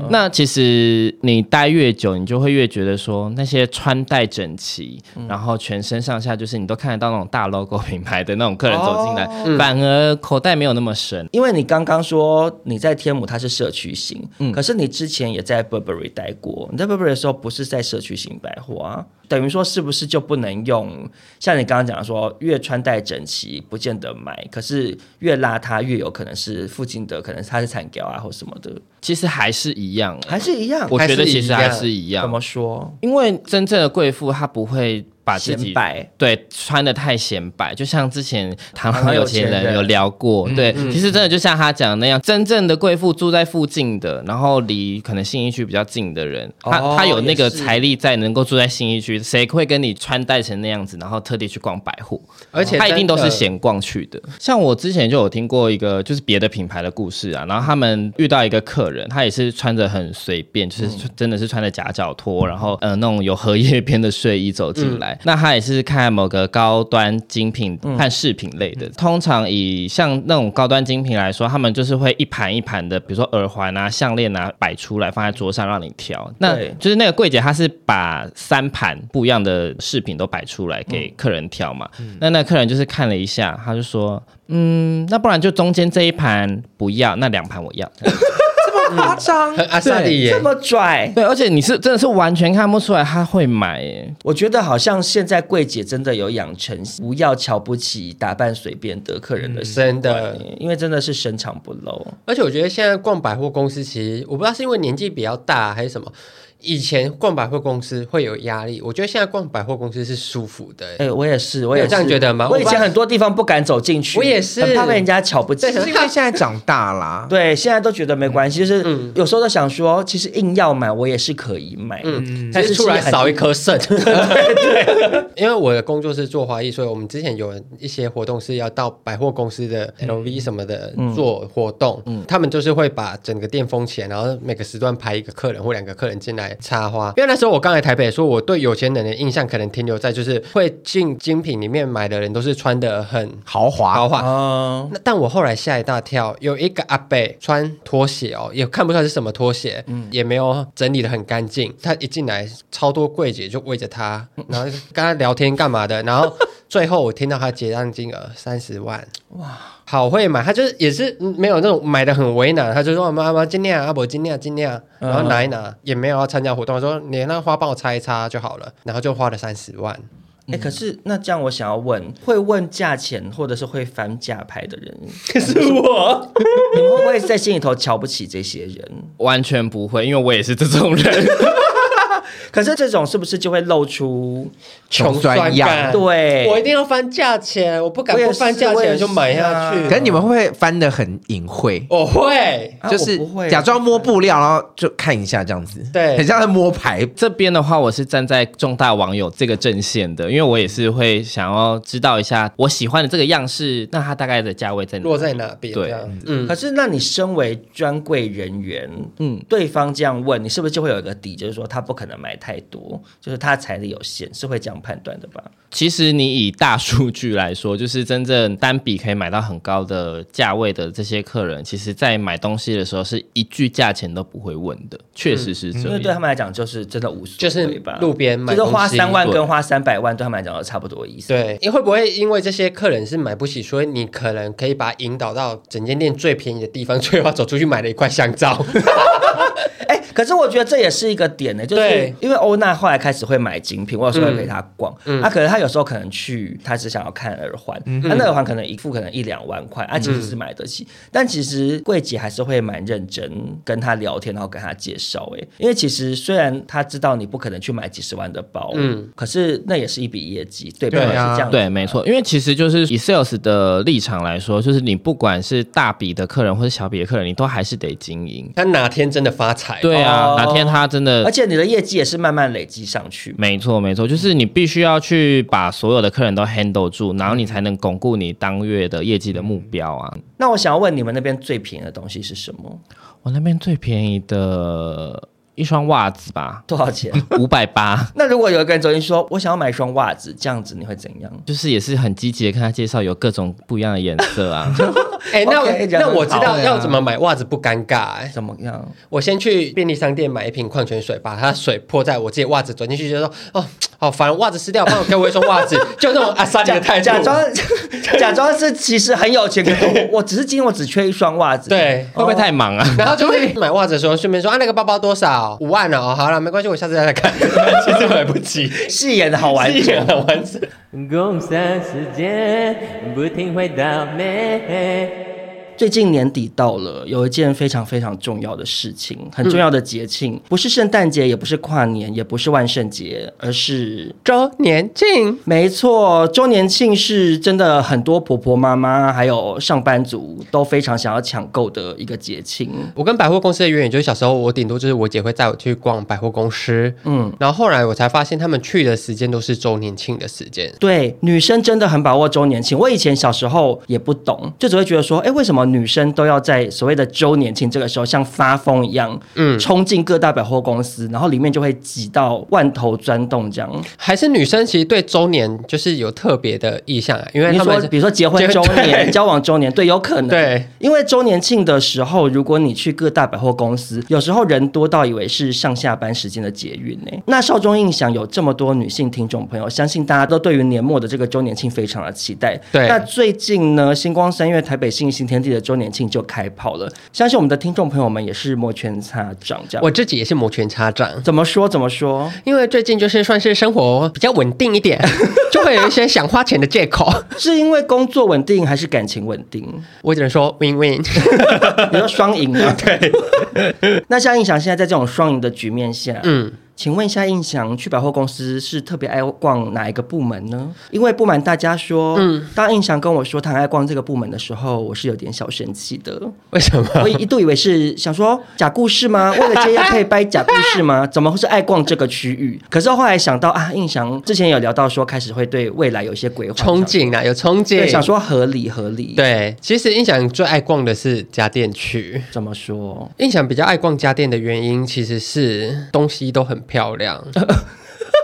Speaker 4: 那其实你待越久，你就会越觉得说那些穿戴整齐，然后全身上下就是你都看得到那种大 logo 品牌的那种客人走进来，反而口袋没有那么深。
Speaker 3: 因为你刚刚说你在天母它是社区型，
Speaker 4: 嗯
Speaker 3: 可是你之前也在 Burberry 待过，你在 Burberry 的时候不是在社区型百货啊，等于说是不是就不能用像你刚刚讲的说越穿戴整齐不见得买，可是越邋遢越有可能是附近的可能它是惨掉啊或什么的，
Speaker 4: 其实还是一样，
Speaker 3: 还是一样。
Speaker 4: 我觉得其实还
Speaker 5: 还
Speaker 4: 是
Speaker 5: 是
Speaker 4: 一
Speaker 3: 怎
Speaker 4: 样，
Speaker 3: 么说？
Speaker 4: 因为真正的贵妇她不会把自己
Speaker 3: 显摆
Speaker 4: 对，穿的太显摆，就像之前唐
Speaker 3: 唐
Speaker 4: 唐
Speaker 3: 有
Speaker 4: 有
Speaker 3: 钱
Speaker 4: 钱
Speaker 3: 人
Speaker 4: 人有聊过，对，其实真的就像他讲的那样，真正的贵妇住在附近的，然后离可能信义区比较近的人，他
Speaker 3: 哦
Speaker 4: 他有那
Speaker 3: 也
Speaker 4: 个
Speaker 3: 是
Speaker 4: 财力在，能够住在信义区，谁会跟你穿戴成那样子，然后特地去逛百货？
Speaker 5: 而且
Speaker 4: 他一定都是
Speaker 5: 真的
Speaker 4: 闲逛去的。像我之前就有听过一个就是别的品牌的故事啊，然后他们遇到一个客人，他也是穿着很随便，就是真的是穿着夹脚拖，然后呃那种有荷叶边的睡衣走进来。那他也是看某个高端精品和饰品类的，通常以像那种高端精品来说，他们就是会一盘一盘的，比如说耳环啊、项链啊摆出来放在桌上让你挑。那
Speaker 3: 对
Speaker 4: 就是那个柜姐，她是把三盘不一样的饰品都摆出来给客人挑嘛。那那客人就是看了一下，他就说：“嗯，那不然就中间这一盘不要，那两盘我要。
Speaker 6: 这么夸张，
Speaker 5: 很阿萨利
Speaker 3: 这
Speaker 5: 耶，
Speaker 3: 么拽”，
Speaker 4: 对，而且你是真的是完全看不出来他会买欸耶。
Speaker 3: 我觉得好像现在柜姐真的有养成不要瞧不起打扮随便的客人的习
Speaker 5: 真
Speaker 4: 啊
Speaker 3: 惯、
Speaker 5: 的。
Speaker 3: 因为真的是深藏不露。
Speaker 5: 而且我觉得现在逛百货公司，其实我不知道是因为年纪比较大还是什么，以前逛百货公司会有压力，我觉得现在逛百货公司是舒服的、
Speaker 3: 哎、我也是，我也是
Speaker 5: 这样觉得吗
Speaker 3: 我以
Speaker 5: 我
Speaker 3: 前
Speaker 5: 爸
Speaker 3: 很多地方不敢走进去，
Speaker 5: 我也是
Speaker 3: 很怕被人家瞧不起
Speaker 5: 对。
Speaker 6: 是因为现在长大啦。
Speaker 3: 对，现在都觉得没关系，
Speaker 4: 嗯
Speaker 3: 就是有时候都想说，其实硬要买，我也是可以买，嗯，但
Speaker 5: 但是
Speaker 3: 是
Speaker 5: 突然
Speaker 3: 很
Speaker 5: 少一颗 [laughs] 肾。 [laughs] 因为我的工作是做花艺，所以我们之前有一些活动是要到百货公司的 LV 什么的嗯做活动，他们就是会把整个店封起来，然后每个时段排一个客人或两个客人进来来插花，因为那时候我刚来台北，说我对有钱人的印象可能停留在就是会进精品里面买的人都是穿的很
Speaker 6: 豪华
Speaker 5: 豪华，
Speaker 3: 哦，
Speaker 5: 那但我后来吓一大跳，有一个阿伯穿拖鞋哦，也看不出来是什么拖鞋，
Speaker 3: 嗯
Speaker 5: 也没有整理的很干净。他一进来，超多柜姐就围着他，
Speaker 3: 嗯
Speaker 5: 然后跟他聊天干嘛的，然后最后我听到他结账金额三十万，哇，好会买，他就是也是嗯没有那种买的很为难，他就说妈妈尽量，阿伯啊尽量尽量，
Speaker 3: 嗯
Speaker 5: 然后拿一拿，也没有要参加活动，我说你那花帮我擦一擦就好了，然后就花了三十万。
Speaker 3: 哎、可是那这样，我想要问，会问价钱或者是会翻价牌的人，是我， [laughs] 你们会不会在心里头瞧不起这些人？
Speaker 4: 完全不会，因为我也是这种人。
Speaker 3: 可是这种是不是就会露出？
Speaker 6: 穷
Speaker 5: 酸
Speaker 6: 酸样
Speaker 5: 感，
Speaker 3: 对
Speaker 5: 我一定要翻价钱，我不敢
Speaker 3: 我也是
Speaker 5: 不翻价
Speaker 3: 我也
Speaker 5: 钱
Speaker 3: 是
Speaker 5: 就买下去。
Speaker 3: 啊
Speaker 6: 可是你们会不会翻的很隐晦？
Speaker 5: 我会，
Speaker 3: 啊
Speaker 6: 就
Speaker 3: 我
Speaker 6: 是
Speaker 3: 不会
Speaker 6: 假装摸布料，然后就看一下这样子，
Speaker 5: 对
Speaker 6: 很像在摸牌。
Speaker 4: 这边的话，我是站在重大网友这个阵线的，因为我也是会想要知道一下我喜欢的这个样式，那它大概的价位在哪？
Speaker 5: 落在哪边？
Speaker 4: 对
Speaker 5: 这样，嗯
Speaker 3: 可，是，那你身为专柜人员，嗯
Speaker 4: 嗯，
Speaker 3: 对方这样问你，是不是就会有一个底，就是说他不可能买太多，就是他财力有限，是会这样判断的吧？
Speaker 4: 其实你以大数据来说，就是真正单笔可以买到很高的价位的这些客人，其实在买东西的时候是一句价钱都不会问的，确实是这
Speaker 3: 因嗯
Speaker 4: 样。
Speaker 3: 为对他们来讲，就是真的无所
Speaker 5: 就是
Speaker 3: 谓吧。
Speaker 5: 路边买
Speaker 3: 就是
Speaker 5: 东西，
Speaker 3: 花三万
Speaker 4: 对
Speaker 3: 跟花三百万，对他们来讲都差不多的意思。
Speaker 5: 对，因为会不会因为这些客人是买不起，所以你可能可以把他引导到整间店最便宜的地方，所以他走出去买了一块
Speaker 3: [laughs]
Speaker 5: 香皂。
Speaker 3: 哎、可是我觉得这也是一个点呢、就是
Speaker 5: 对
Speaker 3: 因为欧娜后来开始会买精品，我有时候会陪她逛，那、
Speaker 5: 嗯嗯嗯
Speaker 3: 可能她有时候可能去，她只想要看耳环，那、那耳环可能一副可能一两万块，啊，其实是买得起，但其实柜姐还是会蛮认真跟她聊天，然后跟她介绍，哎，因为其实虽然她知道你不可能去买几十万的包，嗯
Speaker 5: 嗯，
Speaker 3: 可是那也是一笔业绩，对吧？
Speaker 5: 对
Speaker 3: 是
Speaker 6: 啊
Speaker 3: 这样，
Speaker 4: 对，没。错，因为其实就是以 sales 的立场来说，就是你不管是大笔的客人或是小笔的客人，你都还是得经营。
Speaker 5: 他哪天真的发财？
Speaker 4: 对啊，
Speaker 3: 哦
Speaker 4: 哪天他真的
Speaker 3: 而且你的业绩也是慢慢累积上去嘛，
Speaker 4: 没错，没错，就是你必须要去把所有的客人都 handle 住，然后你才能巩固你当月的业绩的目标啊。
Speaker 3: 那我想要问你们那边最便宜的东西是什么？
Speaker 4: 我那边最便宜的一双袜子吧， [laughs]
Speaker 3: 多少钱？
Speaker 4: 五百八，
Speaker 3: 那如果有一个人走进去说：“我想要买一双袜子”，这样子你会怎样？
Speaker 4: 就是也是很积极的跟他介绍有各种不一样的颜色 [laughs] 啊。
Speaker 5: 哎，那
Speaker 3: OK，讲得嗯
Speaker 5: 那
Speaker 3: 很
Speaker 5: 我知
Speaker 6: 好
Speaker 5: 道
Speaker 6: 对啊
Speaker 5: 要怎么买袜子不尴尬。哎，
Speaker 3: 怎么
Speaker 5: [laughs]
Speaker 3: 样？
Speaker 5: 我先去便利商店买一瓶矿泉水，把它水泼在我自己袜子，走进去就说：“哦，好烦，袜子湿掉，帮我给我一双袜子。”就那种阿萨里
Speaker 3: 假
Speaker 5: 的态度，
Speaker 3: 假装 [laughs] 假装是其实很有钱，可是我我只是今天我只缺一双袜子。
Speaker 5: 对
Speaker 4: 会不会太忙啊？
Speaker 5: [laughs] 然后就会买袜子的时候顺便说：“啊，那个包包多少？五万了哦，好了，没关系，我下次再来看。” [laughs] 其实买不起，
Speaker 3: 戏演的好玩。
Speaker 5: 是也很完整。
Speaker 7: 共享时间，不停回到美。
Speaker 3: 最近年底到了，有一件非常非常重要的事情，很重要的节庆，不是圣诞节，也不是跨年，也不是万圣节，而是
Speaker 5: 周年庆，
Speaker 3: 没错，周年庆是真的很多婆婆妈妈还有上班族都非常想要抢购的一个节庆。
Speaker 5: 我跟百货公司的渊源就是小时候我顶多就是我姐会带我去逛百货公司，
Speaker 3: 嗯
Speaker 5: 嗯，然后后来我才发现他们去的时间都是周年庆的时间。
Speaker 3: 对，女生真的很把握周年庆。我以前小时候也不懂，就只会觉得说，哎，为什么女生都要在所谓的周年庆这个时候像发疯一样，嗯，冲进各大百货公司，然后里面就会挤到万头钻洞这样。
Speaker 5: 还是女生其实对周年就是有特别的意向、啊，因为
Speaker 3: 你
Speaker 5: 他
Speaker 3: 说
Speaker 5: 们，是
Speaker 3: 比如说结婚周年、
Speaker 5: [laughs] 对
Speaker 3: 交往周年，对，有可能。
Speaker 5: 对，
Speaker 3: 因为周年庆的时候，如果你去各大百货公司，有时候人多到以为是上下班时间的捷运呢、那少中印象有这么多女性听众朋友，相信大家都对于年末的这个周年庆非常的期待。
Speaker 5: 对
Speaker 3: 那最近呢，星光三月台北信义新天地的周年庆就开跑了，相信我们的听众朋友们也是摩拳擦掌这样。
Speaker 5: 我自己也是摩拳擦掌。
Speaker 3: 怎么说怎么说？
Speaker 5: 因为最近就是算是生活比较稳定
Speaker 3: [laughs]
Speaker 5: 一点，就会有一些想花钱的借口。
Speaker 3: 是因为工作稳定还是感情稳定？
Speaker 5: 我只能说 win win。
Speaker 3: 啊 [laughs]
Speaker 5: [laughs]
Speaker 3: 你说双赢吗？对。那像印象现在在这种双赢的局面下，
Speaker 5: 嗯，
Speaker 3: 请问一下，印翔去百货公司是特别爱逛哪一个部门呢？因为不瞒大家说，
Speaker 5: 嗯
Speaker 3: 当印翔跟我说他很爱逛这个部门的时候，我是有点小生气的。
Speaker 5: 为什么？
Speaker 3: 我一度以为是想说假故事吗？为了这样可以掰假故事吗？怎么会是爱逛这个区域？可是后来想到啊，印翔之前有聊到说，开始会对未来有一些规划
Speaker 5: 憧憬啊，有憧
Speaker 3: 对，
Speaker 5: 憬。
Speaker 3: 想说合理合理。，
Speaker 5: 对，其实印象最爱逛的是家电
Speaker 3: [laughs]
Speaker 5: 区。
Speaker 3: 怎么说？
Speaker 5: 印象比较爱逛家电的原因，其实是东西都很漂
Speaker 3: [laughs]
Speaker 5: 亮。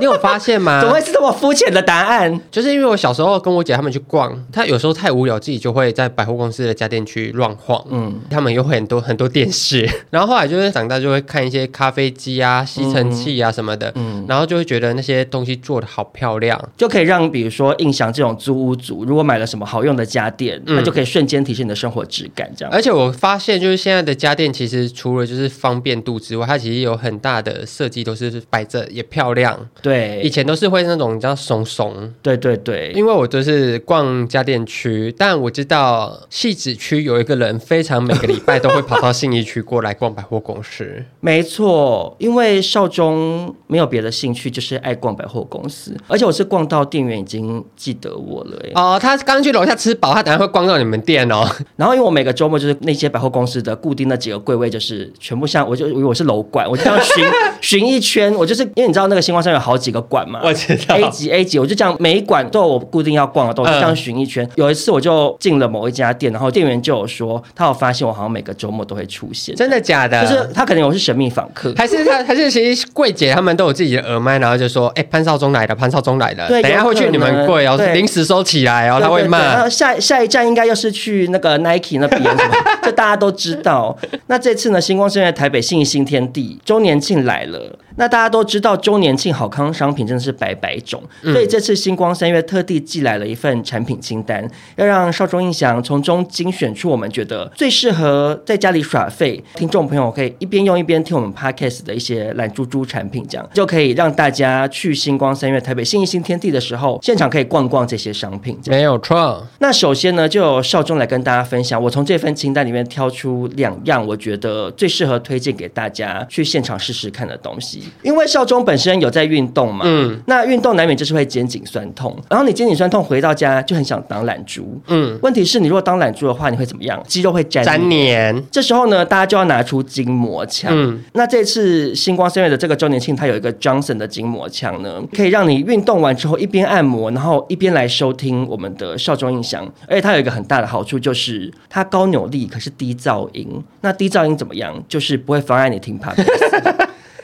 Speaker 5: 你有发现吗
Speaker 3: 怎？么会是这么肤浅的答案？
Speaker 5: 就是因为我小时候跟我姐他们去逛，她有时候太无聊，自己就会在百货公司的家电区乱晃。嗯，他们有很多很多电
Speaker 3: [laughs]
Speaker 5: 视，然后后来就是长大就会看一些咖啡机啊、吸
Speaker 3: 嗯
Speaker 5: 尘器啊什么的，然后就会觉得那些东西做的好漂亮。
Speaker 3: 就可以让比如说印翔这种租屋族，如果买了什么好用的家电，
Speaker 5: 嗯
Speaker 3: 那就可以瞬间提升你的生活质感，这样。
Speaker 5: 而且我发现，就是现在的家电，其实除了就是方便度之外，它其实有很大的设计都是摆着也漂亮。以
Speaker 3: 对，
Speaker 5: 前都是会那种你知道怂怂，
Speaker 3: 对对对，
Speaker 5: 因为我就是逛家电区，但我知道戏子区有一个人非常每个礼拜都会跑到信义区过来逛百货公司。
Speaker 3: 没错。因为少中没有别的兴趣，就是爱逛百货公司，而且我是逛到店员已经记得我了、欸。
Speaker 5: 哦，他刚去楼下吃饱，他等下会逛到你们店哦。
Speaker 3: 然后因为我每个周末就是那些百货公司的固定那几个柜位，就是全部像我就以为我是楼管，我就这样巡 [laughs] 巡一圈，我就是因为你知道那个星光商有好几个馆嘛，
Speaker 5: [laughs] 我知道
Speaker 3: A 级 A 级，我就这样每一馆都有我固定要逛的东西，
Speaker 5: 嗯
Speaker 3: 这
Speaker 5: [laughs]
Speaker 3: 样巡一圈。有一次我就进了某一家店，然后店员就有说，他有发现我好像每个周末都会出现，
Speaker 5: 真的假的？
Speaker 3: 就是他可能我是神秘访客。
Speaker 5: 还是他，还是其实柜姐他们都有自己的耳麦，然后就说：“哎、潘少忠来了，潘少忠来了，
Speaker 3: 对
Speaker 5: 等一下会去你们柜
Speaker 3: 有
Speaker 5: 哦
Speaker 3: 可，能
Speaker 5: 临时收起来哦。”他会
Speaker 3: 对对对然
Speaker 5: 骂
Speaker 3: 后。下下一站应该又是去那个 Nike 那边，什么 [laughs] 这大家都知道。那这次呢，星光正在台北信义新天地周年庆来了。那大家都知道，周年庆好康商品真的是百百种，所以这次星光三月特地寄来了一份产品清单，要让少中印象从中精选出我们觉得最适合在家里耍废，听众朋友可以一边用一边听我们 podcast 的一些懒猪猪产品，这样就可以让大家去星光三月台北信义新天地的时候，现场可以逛逛这些商品。这样
Speaker 5: 没有错，
Speaker 3: 那首先呢，就由少中来跟大家分享，我从这份清单里面挑出两样我觉得最适合推荐给大家去现场试试看的东西。因为少中本身有在运动嘛，嗯，那运动难免就是会肩颈酸痛，然后你肩颈酸痛回到家就很想当懒猪，嗯，问题是你如果当懒猪的话，你会怎么样？肌肉会粘
Speaker 5: 粘
Speaker 3: 你。
Speaker 5: 黏
Speaker 3: 这时候呢，大家就要拿出筋膜枪。
Speaker 5: 嗯
Speaker 3: 那这次星光三月的这个周年庆，它有一个 Johnson 的筋膜枪呢，可以让你运动完之后一边按摩，然后一边来收听我们的少中印象。而且它有一个很大的好处就是它高扭力，可是低噪音。那低噪音怎么样？就是不会妨碍你
Speaker 5: [laughs]
Speaker 3: 听 p o d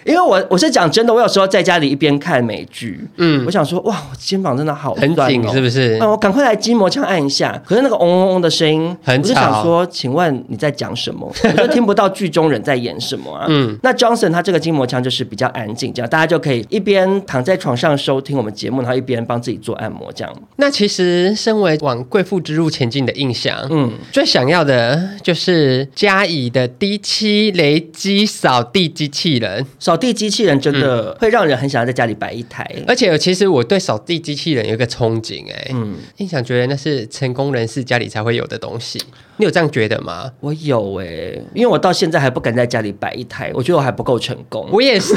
Speaker 3: 因为我我是讲真的，我有时候在家里一边看美剧，嗯，我想说哇，我肩膀真的好
Speaker 5: 很
Speaker 3: 酸
Speaker 5: 紧，
Speaker 3: 哦
Speaker 5: 是不是？
Speaker 3: 那我赶快来筋膜枪按一下。可是那个嗡嗡嗡的声音，
Speaker 5: 很
Speaker 3: 我就
Speaker 5: 吵
Speaker 3: 想说，请问你在讲什 [laughs] 么？我就听不到剧中人在演什么啊。 [laughs] 嗯，那 Johnson 他这个筋膜枪就是比较安静，这样大家就可以一边躺在床上收听我们节目，然后一边帮自己做按摩，这样。
Speaker 5: 那其实，身为往贵妇之路前进的印象，
Speaker 3: 嗯
Speaker 5: 嗯，最想要的就是嘉怡的 D 七雷击扫地机器人。
Speaker 3: 扫地机器人真的会让人很想要在家里摆一台。
Speaker 5: 而且，其实我对扫地机器人有一个憧憬、哎，嗯，印象觉得那是成功人士家里才会有的东西。你有这样觉得吗？
Speaker 3: 我有欸诶、因为我到现在还不敢在家里摆一台，我觉得我还不够成功。
Speaker 5: 我也 [laughs] 是，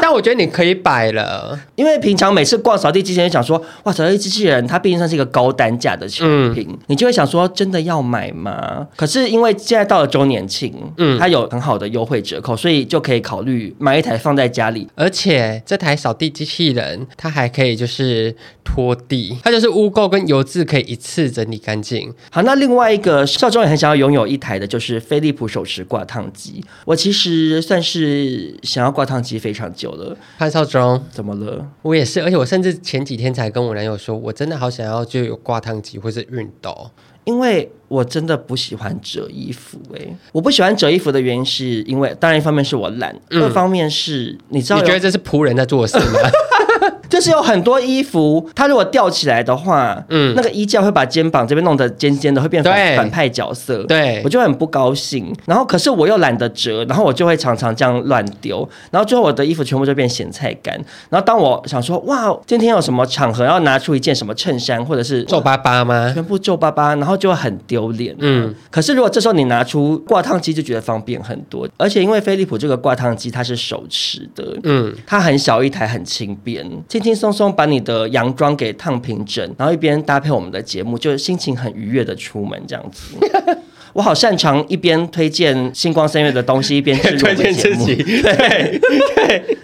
Speaker 5: 但我觉得你可以摆了。
Speaker 3: 因为平常每次逛扫地机器人，想说哇，扫地机器人它毕竟算是一个高单价的产品，你就会想说真的要买吗？可是因为现在到了周年庆，嗯，它有很好的优惠折扣，所以就可以考虑买一台放在家里。
Speaker 5: 而且这台扫地机器人，它还可以就是拖地，它就是污垢跟油渍可以一次整理干净。
Speaker 3: 好，那另外一个少壮也很想要拥有一台的，就是飞利浦手持挂烫机。我其实算是想要挂烫机非常久了，
Speaker 5: 潘少忠，
Speaker 3: 怎么了？
Speaker 5: 我也是，而且我甚至前几天才跟我男友说，我真的好想要就有挂烫机或是熨斗。
Speaker 3: [laughs] 因为我真的不喜欢折衣服、欸，我不喜欢折衣服的原因是因为，当然一方面是我懒，二方面是你知道
Speaker 5: 嗯你
Speaker 3: 有，
Speaker 5: 觉得这是仆人在做的事吗？
Speaker 3: 就就是有很多衣服，它如果吊起来的话，嗯，那个衣架会把肩膀这边弄得尖尖的，会变反
Speaker 5: 对
Speaker 3: 反派角色。
Speaker 5: 对
Speaker 3: 我就很不高兴。然后可是我又懒得折，然后我就会常常这样乱丢，然后最后我的衣服全部就变咸菜干。然后当我想说哇，今天有什么场合要拿出一件什么衬衫或者是
Speaker 5: 皱巴巴吗？
Speaker 3: 全部皱巴巴，然后就会很丢脸。嗯，可是如果这时候你拿出挂烫机，就觉得方便很多。而且因为飞利浦这个挂烫机它是手持的，嗯，它很小一台，很轻便，轻轻松松把你的洋装给烫平整，然后一边搭配我们的节目，就心情很愉悦的出门这样子。 [laughs] 我好擅长一边推荐星光三月的东
Speaker 5: [laughs]
Speaker 3: 西，一边制作我
Speaker 5: 推
Speaker 3: 的
Speaker 5: 荐
Speaker 3: 节
Speaker 5: 自
Speaker 3: 目
Speaker 5: 己，。
Speaker 3: [laughs]
Speaker 5: 对对。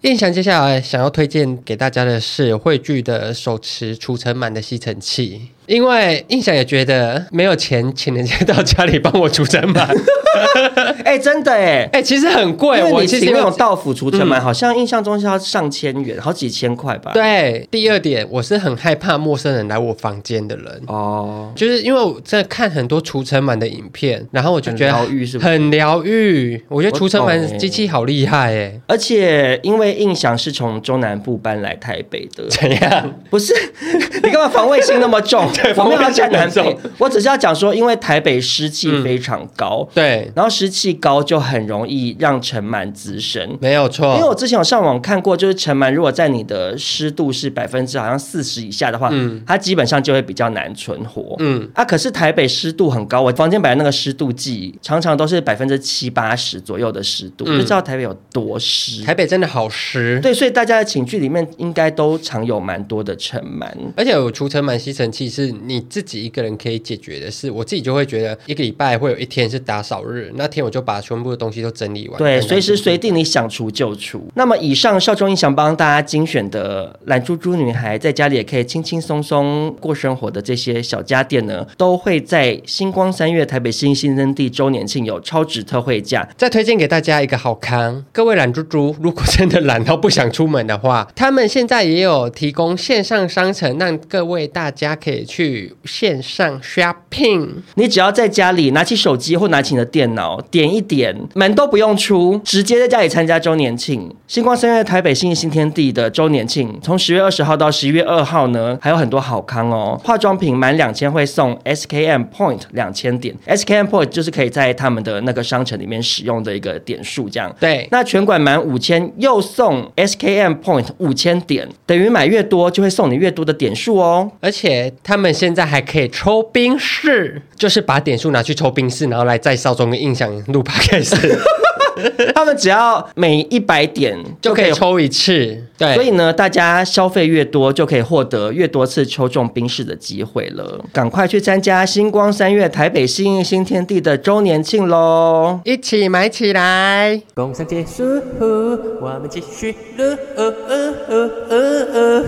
Speaker 5: 燕翔接下来想要推荐给大家的是汇聚的手持除尘螨的吸尘器，因为印翔也觉得没有钱请人家到家里帮我除尘螨，
Speaker 3: [laughs] 哎、真的哎、
Speaker 5: [laughs] 哎、其实很贵，
Speaker 3: 因为
Speaker 5: 我
Speaker 3: 你
Speaker 5: 其实
Speaker 3: 请
Speaker 5: 没
Speaker 3: 那
Speaker 5: 有嗯
Speaker 3: 种到府除尘螨，好像印象中是要上千元，好几千块吧？，
Speaker 5: 对，第二点，我是很害怕陌生人来我房间的人，
Speaker 3: 哦，
Speaker 5: 就是因为我在看很多除尘螨的影片，然后我就觉得
Speaker 3: 很疗愈是不是
Speaker 5: 很疗愈。我觉得除尘
Speaker 3: 我懂欸
Speaker 5: 螨机器好厉害哎、
Speaker 3: 而且因为印象是从中南部搬来台北的， [laughs]
Speaker 5: 怎样？
Speaker 3: 不是你干嘛防卫心那么
Speaker 5: [laughs]
Speaker 3: 重？我没有要讲南
Speaker 5: 防卫
Speaker 3: 北
Speaker 5: 心，
Speaker 3: 我只是要讲说，因为台北湿气非常高，
Speaker 5: 对，
Speaker 3: 然后湿气高就很容易让尘螨滋生。
Speaker 5: 没有
Speaker 3: 因为
Speaker 5: 错。
Speaker 3: 我之前有上网看过，就是尘螨如果在你的湿度是百分之好像四十以下的话，
Speaker 5: 嗯
Speaker 3: 它基本上就会比较难存活。嗯啊，可是台北湿度很高，我房间本来那个湿度计常常都是百分之七八十左右的湿度，
Speaker 5: 嗯
Speaker 3: 就知道台北有多湿。
Speaker 5: 台北真的好湿，
Speaker 3: 对，所以大家的情绪里面应该都常有蛮多的尘螨。
Speaker 5: 而且有除尘螨吸尘器是你自己一个人可以解决的事。我自己就会觉得一个礼拜会有一天是打扫日，那天我就把全部的东西都整理完。
Speaker 3: 对，
Speaker 5: 干干
Speaker 3: 随时
Speaker 5: 净净
Speaker 3: 随地你想除就除。那么以上少中印象帮大家精选的懒猪猪女孩在家里也可以轻轻松松过生活的这些小家电呢，都会在星光三月台北新新生地周年庆有超值特惠价。
Speaker 5: 再推荐给大家一个好康，各位懒猪猪，如果真的懒到不想出门的话，他们现在也有提供线上商城，让各位大家可以去线上 shopping。
Speaker 3: 你只要在家里拿起手机或拿起你的电脑，点一点，门都不用出，直接在家里参加周年庆。星光三月台北新新天地的周年庆，从十月二十号到十一月二号呢，还有很多好康哦。化妆品满两千会送 SKM Point 两千点，SKM Point 就是可以在他们的那个商城里面使用的一个点数，这样。
Speaker 5: 对
Speaker 3: 那全馆满五千又送 SKM Point 五千点，等于买越多就会送你越多的点数哦。
Speaker 5: 而且他们现在还可以抽冰室，就是把点数拿去抽冰室，然后来在少中跟印象录
Speaker 3: [laughs]
Speaker 5: podcast
Speaker 3: 他们只要每一百点
Speaker 5: 就
Speaker 3: 就
Speaker 5: 可
Speaker 3: 可以
Speaker 5: 以抽一次。对，
Speaker 3: 所以呢，大家消费越多，就可以获得越多次抽中冰室的机会了。赶快去参加星光三月台北新应新天地的周年庆喽！
Speaker 5: 一起买起来。
Speaker 7: 工商结束，我们继续录。哦哦哦哦哦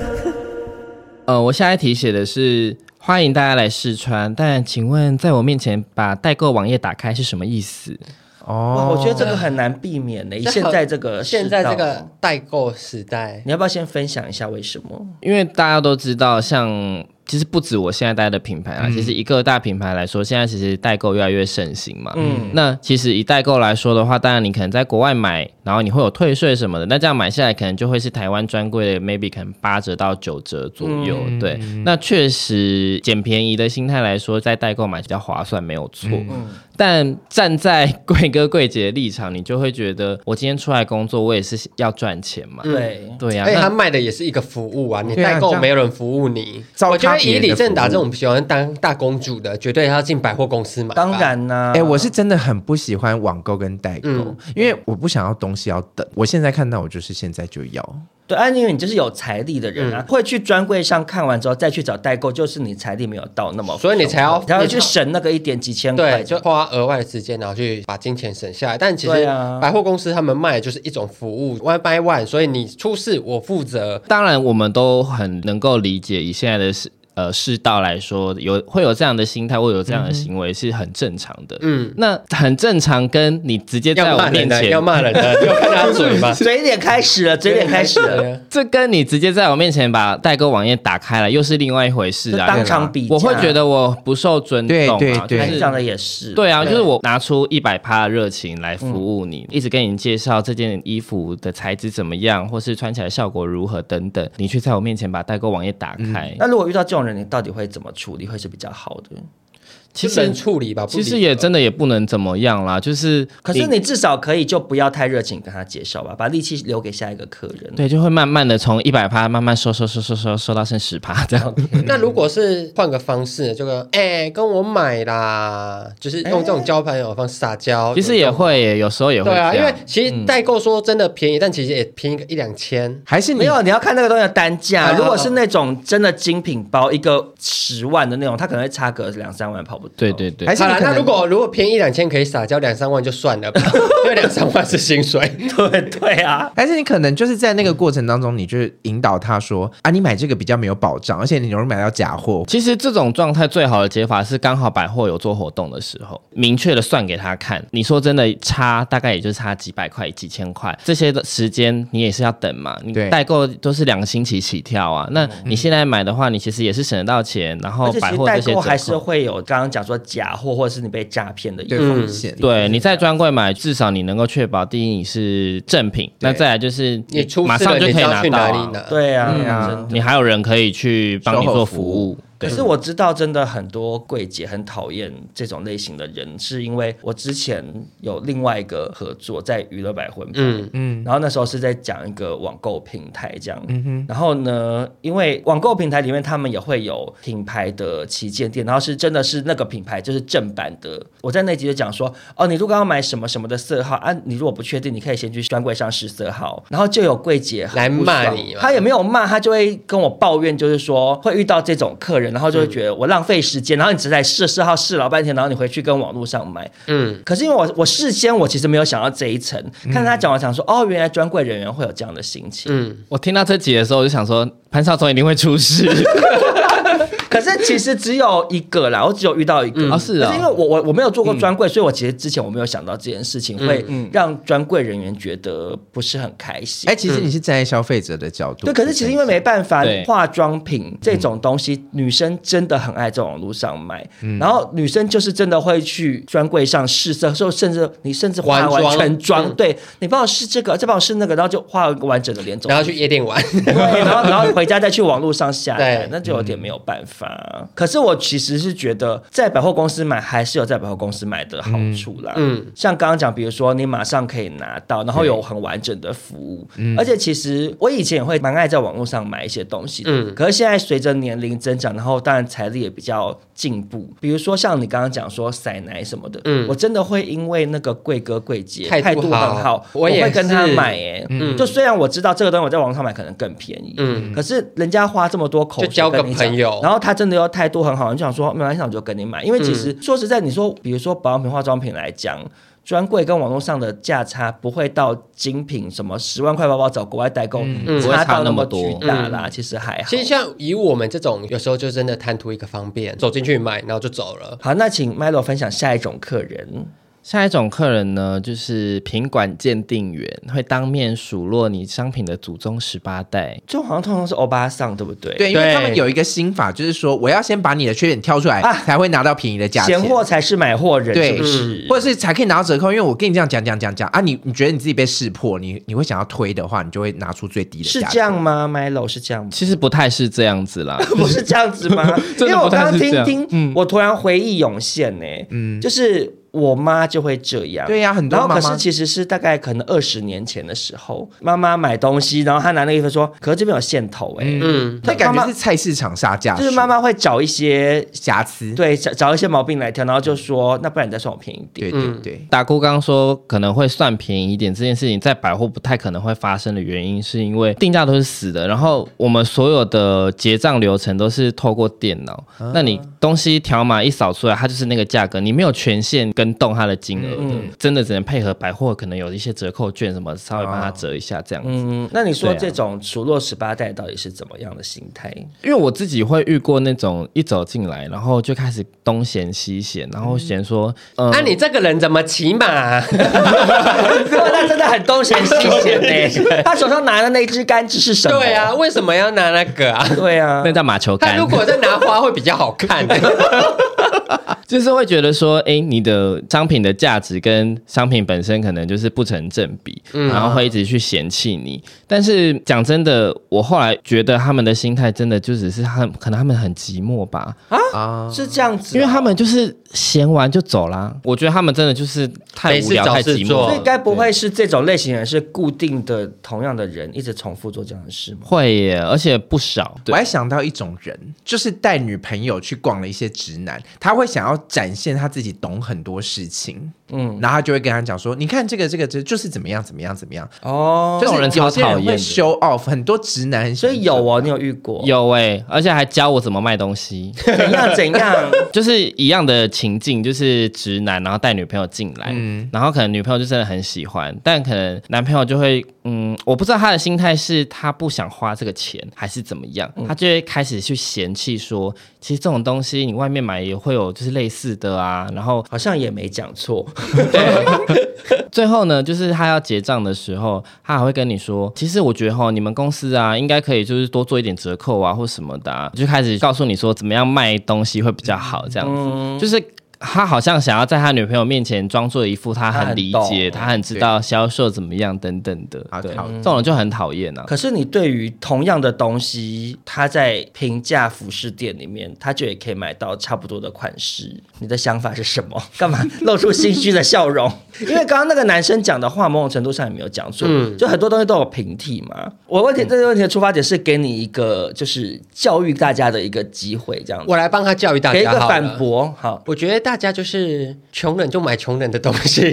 Speaker 4: 呃，我下一题写的是欢迎大家来试穿，但请问在我面前把代购网页打开是什么意思？
Speaker 3: 哇，
Speaker 6: 哦，
Speaker 3: 我觉得这个很难避免呢、以现在这个世道
Speaker 5: 现在这个，代购时代，
Speaker 3: 你要不要先分享一下为什么？
Speaker 4: 因为大家都知道，像其实不止我现在待的品牌啊，其实一个大品牌来说，现在其实代购越来越盛行嘛。嗯，那其实以代购来说的话，当然你可能在国外买，然后你会有退税什么的，那这样买下来可能就会是台湾专柜的 maybe 可能八折到九折左右。对，那确实捡便宜的心态来说，在代购买比较划算，没有错。但站在 [laughs] 贵哥贵姐的立场，你就会觉得，我今天出来工作，我也是要赚钱嘛。
Speaker 5: 嗯
Speaker 3: 对，
Speaker 4: 对呀、
Speaker 5: 而且
Speaker 4: 那
Speaker 5: 哎他卖的也是一个服务啊，你
Speaker 6: 对啊
Speaker 5: 代
Speaker 6: 这
Speaker 5: 购
Speaker 6: 样
Speaker 5: 没有人服务你。
Speaker 6: 糟
Speaker 5: 我觉
Speaker 6: 蹋
Speaker 5: 得
Speaker 6: 别
Speaker 5: 以
Speaker 6: 人的
Speaker 5: 李正达这
Speaker 6: 服务
Speaker 5: 种喜欢当大公主的，绝对要进百货公司买。
Speaker 3: 当，然啦、
Speaker 6: 哎、我是真的很不喜欢网购跟代购，
Speaker 5: 嗯
Speaker 6: 因为我不想要东西要等。我现在看到，我就是现在就要。
Speaker 3: 对，啊，因为你就是有财力的人啊，
Speaker 5: 嗯
Speaker 3: 会去专柜上看完之后再去找代购，就是你财力没有到那么丰厚，
Speaker 5: 所以你才要
Speaker 3: 才要去省那个一点几千块
Speaker 5: 对，就花额外的时间，然后去把金钱省下来。但其
Speaker 3: 对
Speaker 5: 实
Speaker 3: 啊
Speaker 5: 百货公司他们卖的就是一种服务，one by one，所以你出事我负责。
Speaker 4: 当然，我们都很能够理解以现在的时呃世道来说，有会有这样的心态，会有这样的行为是很正常的。
Speaker 5: 嗯，
Speaker 4: 那很正常，跟你直接在
Speaker 5: 要
Speaker 4: 我
Speaker 5: 骂
Speaker 4: 面
Speaker 5: 人的，
Speaker 4: 前
Speaker 5: 要骂人的，
Speaker 4: [laughs]
Speaker 5: 你有看他嘴吗？
Speaker 3: 嘴脸开始了，嘴脸开始了，
Speaker 5: 对啊
Speaker 4: 这跟你直接在我面前把代购网页打开了，又是另外一回事
Speaker 3: 就
Speaker 4: 啊。
Speaker 3: 当场比价，
Speaker 4: 我会觉得我不受尊重、啊，
Speaker 6: 对对对
Speaker 4: 就
Speaker 3: 哎
Speaker 4: 是
Speaker 3: 你讲的也是，
Speaker 4: 对啊，就是我拿出一百趴的热情来服务
Speaker 5: 嗯
Speaker 4: 你，一直跟你介绍这件衣服的材质怎么样，或是穿起来效果如何等等，你却在我面前把代购网页打
Speaker 5: 嗯
Speaker 4: 开，
Speaker 3: 那如果遇到这种人，你到底会怎么处理会是比较好的？
Speaker 4: 其
Speaker 5: 就
Speaker 4: 实
Speaker 5: 冷处理吧，不
Speaker 4: 其
Speaker 5: 理
Speaker 4: 实也真的也不能怎么样啦，就是
Speaker 3: 可是你至少可以就不要太热情跟他介绍吧，把力气留给下一个客人。
Speaker 4: 对，就会慢慢的从一百趴慢慢收收收收收收到剩十趴这
Speaker 3: 哦
Speaker 4: [laughs] 样。
Speaker 5: 那如果是换个方式，就跟哎、跟我买啦，就是用这种交朋友的方式撒娇，
Speaker 4: 哎其实也
Speaker 3: 啊
Speaker 5: 有这种
Speaker 4: 会耶，有时候也会
Speaker 5: 对啊，
Speaker 4: 这
Speaker 5: 因
Speaker 4: 样
Speaker 5: 为其实代购说真的便宜，但其实也便宜个一两千。
Speaker 6: 还是你
Speaker 3: 没有，你要看那个东西的单价。
Speaker 4: 呃
Speaker 5: 啊
Speaker 3: 如果是那种真的精品包，一个十万的那种，它可能会差个两三万跑不掉。
Speaker 4: 对对对
Speaker 6: 还，是
Speaker 5: 好
Speaker 6: 你
Speaker 5: 了，
Speaker 6: 可
Speaker 5: 那
Speaker 6: 能
Speaker 5: 如果如果便宜一两千可以撒娇，两三万就算了吧，因为两三万是薪水。
Speaker 3: 对对啊！
Speaker 6: 还是你可能就是在那个过程当中，你就是引导他说啊，你买这个比较没有保障，而且你容易买到假货。
Speaker 4: 其实这种状态最好的解法是，刚好百货有做活动的时候，明确的算给他看。你说真的差，大概也就差几百块、几千块，这些的时间你也是要等嘛。你
Speaker 6: 对
Speaker 4: 代购都是两个星期起跳啊，那你现在买的话，你其实也是省得到钱，然后
Speaker 3: 嗯而且其
Speaker 4: 哦百
Speaker 3: 实
Speaker 4: 货
Speaker 3: 代
Speaker 4: 这些
Speaker 3: 购还
Speaker 4: 折
Speaker 3: 是
Speaker 4: 扣。
Speaker 3: 会有刚刚讲说假货或者是你被诈骗的意
Speaker 6: 对
Speaker 3: 思。
Speaker 6: 风险，
Speaker 4: 嗯对，你在专柜买，至少你能够确保，第一你是正品，那再来就是
Speaker 5: 你出
Speaker 4: 马
Speaker 5: 事了，
Speaker 4: 上就
Speaker 5: 你
Speaker 4: 可
Speaker 5: 知
Speaker 4: 以
Speaker 5: 道
Speaker 4: 拿
Speaker 5: 去
Speaker 4: 到
Speaker 5: 哪
Speaker 4: 啊、
Speaker 5: 里拿？
Speaker 3: 对啊，
Speaker 6: 嗯啊
Speaker 3: 真的
Speaker 4: 你还有人可以去帮你
Speaker 6: 售后
Speaker 4: 做
Speaker 6: 服
Speaker 4: 服务。
Speaker 3: 可是我知道，真的很多柜姐很讨厌这种类型的人，是因为我之前有另外一个合作在娱乐百魂牌，
Speaker 5: 嗯
Speaker 3: 嗯，然后那时候是在讲一个网购平台这样，然后呢，因为网购平台里面他们也会有品牌的旗舰店，然后是真的是那个品牌就是正版的。我在那集就讲说，哦，你如果要买什么什么的色号啊，你如果不确定，你可以先去专柜上试色号，然后就有柜姐很
Speaker 5: 来
Speaker 3: 不
Speaker 5: 骂
Speaker 3: 爽
Speaker 5: 你嘛
Speaker 3: 她也没有骂，他就会跟我抱怨，就是说会遇到这种客人，然后就会觉得我浪费时间，然后你只在试试号试老半天，然后你回去跟网络上买。
Speaker 5: 嗯，
Speaker 3: 可是因为我我事先我其实没有想到这一层，
Speaker 4: 嗯
Speaker 3: 看他讲完想说，哦，原来专柜人员会有这样的心情。
Speaker 5: 嗯，
Speaker 4: 我听到这集的时候，我就想说，潘少忠一定会出
Speaker 5: [laughs]
Speaker 4: 事。
Speaker 3: 可是其实只有一个啦，我只有遇到一个。
Speaker 4: 哦是啊嗯
Speaker 3: 可因为我我我没有做过专柜，所以我其实之前我没有想到这件事情会让专柜人员觉得不是很开心。
Speaker 6: 哎，其实你是站在消费者的角度，
Speaker 3: 对，可是其实因为没办法
Speaker 4: 对，
Speaker 3: 化妆品这种东西，女生真的很爱在网络上买，然后女生就是真的会去专柜上试色，说甚至你甚至化
Speaker 5: 完
Speaker 3: 完
Speaker 5: 妆
Speaker 3: 全妆，
Speaker 5: 嗯
Speaker 3: 对你帮我试这个，再帮我试那个，然后就画一个完整的脸走
Speaker 5: 然
Speaker 3: 出
Speaker 5: 后
Speaker 3: 去，
Speaker 5: 去夜店玩。
Speaker 3: 对，然后然后回家再去网络上下单
Speaker 5: 对，
Speaker 3: 那就有点没有办法。可是我其实是觉得，在百货公司买还是有在百货公司买的好处啦。嗯，
Speaker 5: 嗯
Speaker 3: 像刚刚讲，比如说你马上可以拿到，然后有很完整的服务，而且其实我以前也会蛮爱在网络上买一些东西的。
Speaker 5: 嗯
Speaker 3: 可是现在随着年龄增长，然后当然财力也比较进步，比如说像你刚刚讲说塞奶什么的，
Speaker 5: 嗯
Speaker 3: 我真的会因为那个贵哥贵姐
Speaker 5: 态度
Speaker 3: 度
Speaker 5: 好
Speaker 3: 很好，
Speaker 5: 我
Speaker 3: 我
Speaker 5: 也
Speaker 3: 会跟他
Speaker 5: 是
Speaker 3: 买、欸，
Speaker 5: 嗯
Speaker 3: 就虽然我知道这个东西我在网上买可能更便宜，
Speaker 5: 嗯
Speaker 3: 可是人家花这么多口水
Speaker 5: 就交个
Speaker 3: 跟你讲
Speaker 5: 朋友
Speaker 3: 然后他真的又态度很好，你就想说没关系，那我就跟你买，因为其实、说实在，你说比如说保养品、化妆品来讲。专柜跟网络上的价差不会到精品什么十万块包包找国外代购、
Speaker 4: 嗯不会
Speaker 3: 差
Speaker 4: 差
Speaker 3: 到
Speaker 4: 那
Speaker 3: 么
Speaker 4: 么
Speaker 3: 巨
Speaker 4: 多
Speaker 3: 大啦，其实还好。
Speaker 5: 其实像以我们这种，有时候就真的贪图一个方便，走进去买，然后就走了。
Speaker 3: 好，那请 Milo 分享下一种客人，
Speaker 4: 下一种客人呢，就是品管鉴定员，会当面数落你商品的祖宗十八代。
Speaker 3: 就好像通常是欧巴桑，对不对？
Speaker 6: 对，因为
Speaker 5: 对
Speaker 6: 他们有一个心法，就是说我要先把你的缺点挑出来，
Speaker 3: 啊
Speaker 6: 才会拿到便宜的价钱
Speaker 3: 闲，货才是买货人，是
Speaker 6: 对嗯
Speaker 3: 不
Speaker 4: 嗯
Speaker 3: 是？
Speaker 6: 或者是才可以拿到折扣。因为我跟你这样讲讲讲讲啊，你你觉得你自己被识破，你你会想要推的话，你就会拿出最低的价
Speaker 3: 是
Speaker 6: 钱。
Speaker 3: 这样吗？Milo 是这样吗？
Speaker 4: 其实不太是这样子啦，
Speaker 3: [laughs] 不是这样子吗？因
Speaker 4: 真的
Speaker 3: 为我
Speaker 4: 不太
Speaker 3: 刚刚
Speaker 4: 是这
Speaker 3: 听
Speaker 4: 样
Speaker 3: 听，我突然回忆涌现呢、嗯，就是我妈就会这样，
Speaker 6: 对呀很多
Speaker 3: 然后可
Speaker 6: 妈妈
Speaker 3: 是其实是大概可能二十年前的时候，妈妈买东西，然后她拿那个衣服说，可是这边有线头哎、
Speaker 5: 嗯，
Speaker 6: 那感
Speaker 3: 妈
Speaker 6: 觉
Speaker 3: 妈
Speaker 6: 是菜市场杀价，
Speaker 3: 就是妈妈会找一些
Speaker 6: 瑕疵。
Speaker 3: 对找找一些毛病来挑，然后就说那不然你再算我便宜一点
Speaker 6: 对。对对，
Speaker 4: 达姑刚说可能会算便宜一点这件事情，在百货不太可能会发生的原因，是因为定价都是死的，然后我们所有的结账流程
Speaker 5: 啊
Speaker 4: 都是透过电脑，那你东西条码一扫出来，它就是那个价格，你没有权限跟动它的金额
Speaker 5: 嗯
Speaker 4: 的，真的只能配合百货可能有一些折扣券什么，稍微帮它折一下这样子。
Speaker 3: 嗯，那你说
Speaker 4: 对啊
Speaker 3: 这种数落十八代到底是怎么样的心态？ [laughs]
Speaker 4: 因为我自己会遇过那种一走进来，然后就开始东嫌西嫌，然后嫌说，嗯、
Speaker 5: 那、啊你这个人怎么骑马？
Speaker 3: 哇那真的很东嫌西嫌呢。他手上拿的那只杆子是什么？
Speaker 5: 对啊，，为什么要拿那
Speaker 3: [laughs]
Speaker 5: 个啊？
Speaker 3: 对啊
Speaker 4: 那。叫马球
Speaker 5: 他
Speaker 4: 杆，
Speaker 5: 如果再拿花会比较好看、
Speaker 4: 就是会觉得说，哎、你的商品的价值跟商品本身可能就是不成正比，
Speaker 5: 嗯
Speaker 4: 然后会一直去嫌弃你。但是讲真的，我后来觉得他们的心态真的就只是他们可能他们很寂寞吧，
Speaker 3: 是这样
Speaker 5: 啊
Speaker 3: 子哦、
Speaker 4: 因为他们就是闲完就走啦。我觉得他们真的就是太
Speaker 5: 没
Speaker 4: 无
Speaker 5: 事
Speaker 4: 聊、
Speaker 5: 找
Speaker 4: 太
Speaker 5: 事
Speaker 4: 寂
Speaker 5: 做
Speaker 4: 寞
Speaker 3: 所以
Speaker 4: 了。
Speaker 3: 该不会是这种类型人是固定的同样的人一直重复做这样的事吗？
Speaker 4: 会耶，而且不少。
Speaker 6: 我
Speaker 4: 对。
Speaker 6: 还想到一种人，就是带女朋友去逛了一些直男，他会想要展现他自己懂很多事情，嗯，然后他就会跟他讲说，你看这个这个这就是怎么样怎么样怎么样，
Speaker 3: 哦，
Speaker 6: 就是
Speaker 4: 人超
Speaker 6: 有些
Speaker 4: 讨
Speaker 6: 人
Speaker 4: 厌
Speaker 6: 会
Speaker 4: 的
Speaker 6: show off，很多直男很喜
Speaker 3: 所
Speaker 6: 欢
Speaker 3: 以有哦，你有遇过？
Speaker 4: 有哎、而且还教我怎么卖东西，
Speaker 3: 怎样怎样？ [laughs]
Speaker 4: 就是一样的情境，就是直男然后带女朋友进来，然后可能女朋友就真的很喜欢，但可能男朋友就会，嗯，我不知道他的心态是他不想花这个钱还是怎么样，他就会开始去嫌弃说，其实这种东西你外面买也会有就是类似的啊，然后
Speaker 3: 好像也没讲错，
Speaker 4: [laughs] 最后呢，就是他要结账的时候，他还会跟你说，其实我觉得哈，你们公司啊，应该可以就是多做一点折扣啊，或什么的、啊，就开始告诉你说怎么样卖东西会比较好，这样子，
Speaker 6: 嗯
Speaker 4: 就是。他好像想要在他女朋友面前装作一副他
Speaker 3: 他很
Speaker 4: 很理解，
Speaker 3: 懂
Speaker 4: 他很知道销售怎么样等等的
Speaker 6: 好，
Speaker 4: 对，
Speaker 6: 讨厌
Speaker 4: 这种人就很讨厌啊。
Speaker 3: 可是你对于同样的东西，它在平价服饰店里面，它就也可以买到差不多的款式。你的想法是什么？ [laughs] 干嘛露出心虚的笑容？ [laughs] 因为刚刚那个男生讲的话，某种程度上也没有讲错，
Speaker 5: 嗯
Speaker 3: 就很多东西都有平替嘛。我问题这个问题的出发点是给你一个就是教育大家的一个机会，这样子
Speaker 5: 我来帮他教育大
Speaker 3: 给一
Speaker 5: 家
Speaker 3: 个
Speaker 5: 好
Speaker 3: 反
Speaker 5: 了。
Speaker 3: 驳。好，
Speaker 5: 我觉得大家就是穷人就买穷人的东西， [laughs] 有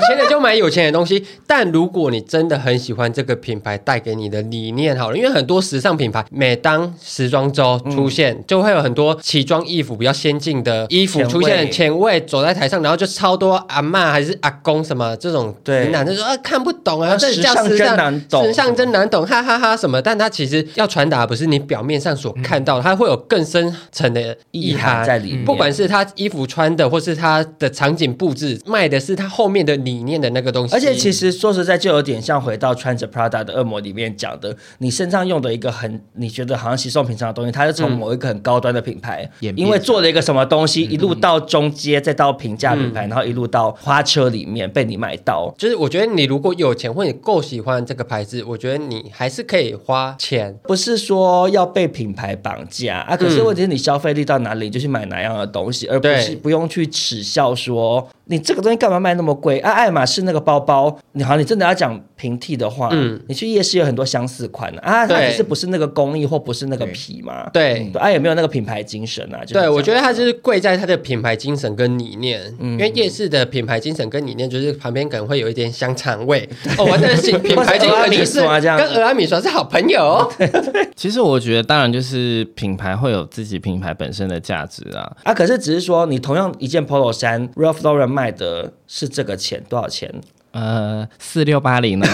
Speaker 5: 钱人就买有钱人的东西。但如果你真的很喜欢这个品牌带给你的理念，好了，因为很多时尚品牌每当时装周出现，就会有很多奇装异服比较先进的衣服
Speaker 3: 前卫
Speaker 5: 出现，前卫走在台上，然后就超多阿嬷还是阿公什么这种
Speaker 3: 对
Speaker 5: 直男就说啊看不懂啊，
Speaker 3: 啊
Speaker 5: 这叫
Speaker 3: 时尚
Speaker 5: 时
Speaker 3: 真
Speaker 5: 尚
Speaker 3: 难懂
Speaker 5: 时尚真难懂，哈哈哈什么？但他其实要传达的不是你表面上所看到的，它会有更深层的意
Speaker 3: 意涵
Speaker 5: 涵
Speaker 3: 在里面
Speaker 5: 不管是他衣服穿的，或是他的场景布置，卖的是他后面的理念的那个东西。
Speaker 3: 而且其实说实在，就有点像回到穿着 Prada 的恶魔里面讲的，你身上用的一个很你觉得好像稀松平常的东西，它是从某一个很高端的品牌，
Speaker 6: 演变
Speaker 3: 因为做了一个什么东西，一路到中阶，再到平价品牌，然后一路到花车里面被你买到。
Speaker 5: 就是我觉得你如果有钱或者你够喜欢这个牌子，我觉得你还是可以花钱。
Speaker 3: 不是说要被品牌绑架啊，可是问题是你消费力到哪里就去买哪样的东西，而不是
Speaker 5: 嗯对
Speaker 3: 不用去耻笑说你这个东西干嘛卖那么贵啊？爱马仕那个包包，你好，你真的要讲平替的话，
Speaker 5: 嗯
Speaker 3: 你去夜市有很多相似款啊，它
Speaker 5: 对
Speaker 3: 只是不是那个工艺或不是那个皮嘛？
Speaker 5: 对
Speaker 3: 嗯啊，也没有那个品牌精神啊。就是这
Speaker 5: 对，
Speaker 3: 样嗯
Speaker 5: 我觉得它就是贵在它的品牌精神跟理念，因为夜市的品牌精神跟理念就是旁边可能会有一点香
Speaker 3: [laughs]
Speaker 5: 肠味。哦，我的品品牌精
Speaker 3: 或者俄阿
Speaker 5: 神
Speaker 3: 米
Speaker 5: 就是
Speaker 3: 刷这样
Speaker 5: 跟俄阿米刷是好朋友哦。
Speaker 3: [laughs]
Speaker 4: 其实我觉得，当然就是品牌会有自己品牌本身的价值啊。
Speaker 3: 啊，可是只是说你同样一件 polo 衫，Ralph Lauren 卖的是这个钱，多少钱？
Speaker 4: 呃，四六
Speaker 6: [laughs]
Speaker 4: 八零呢，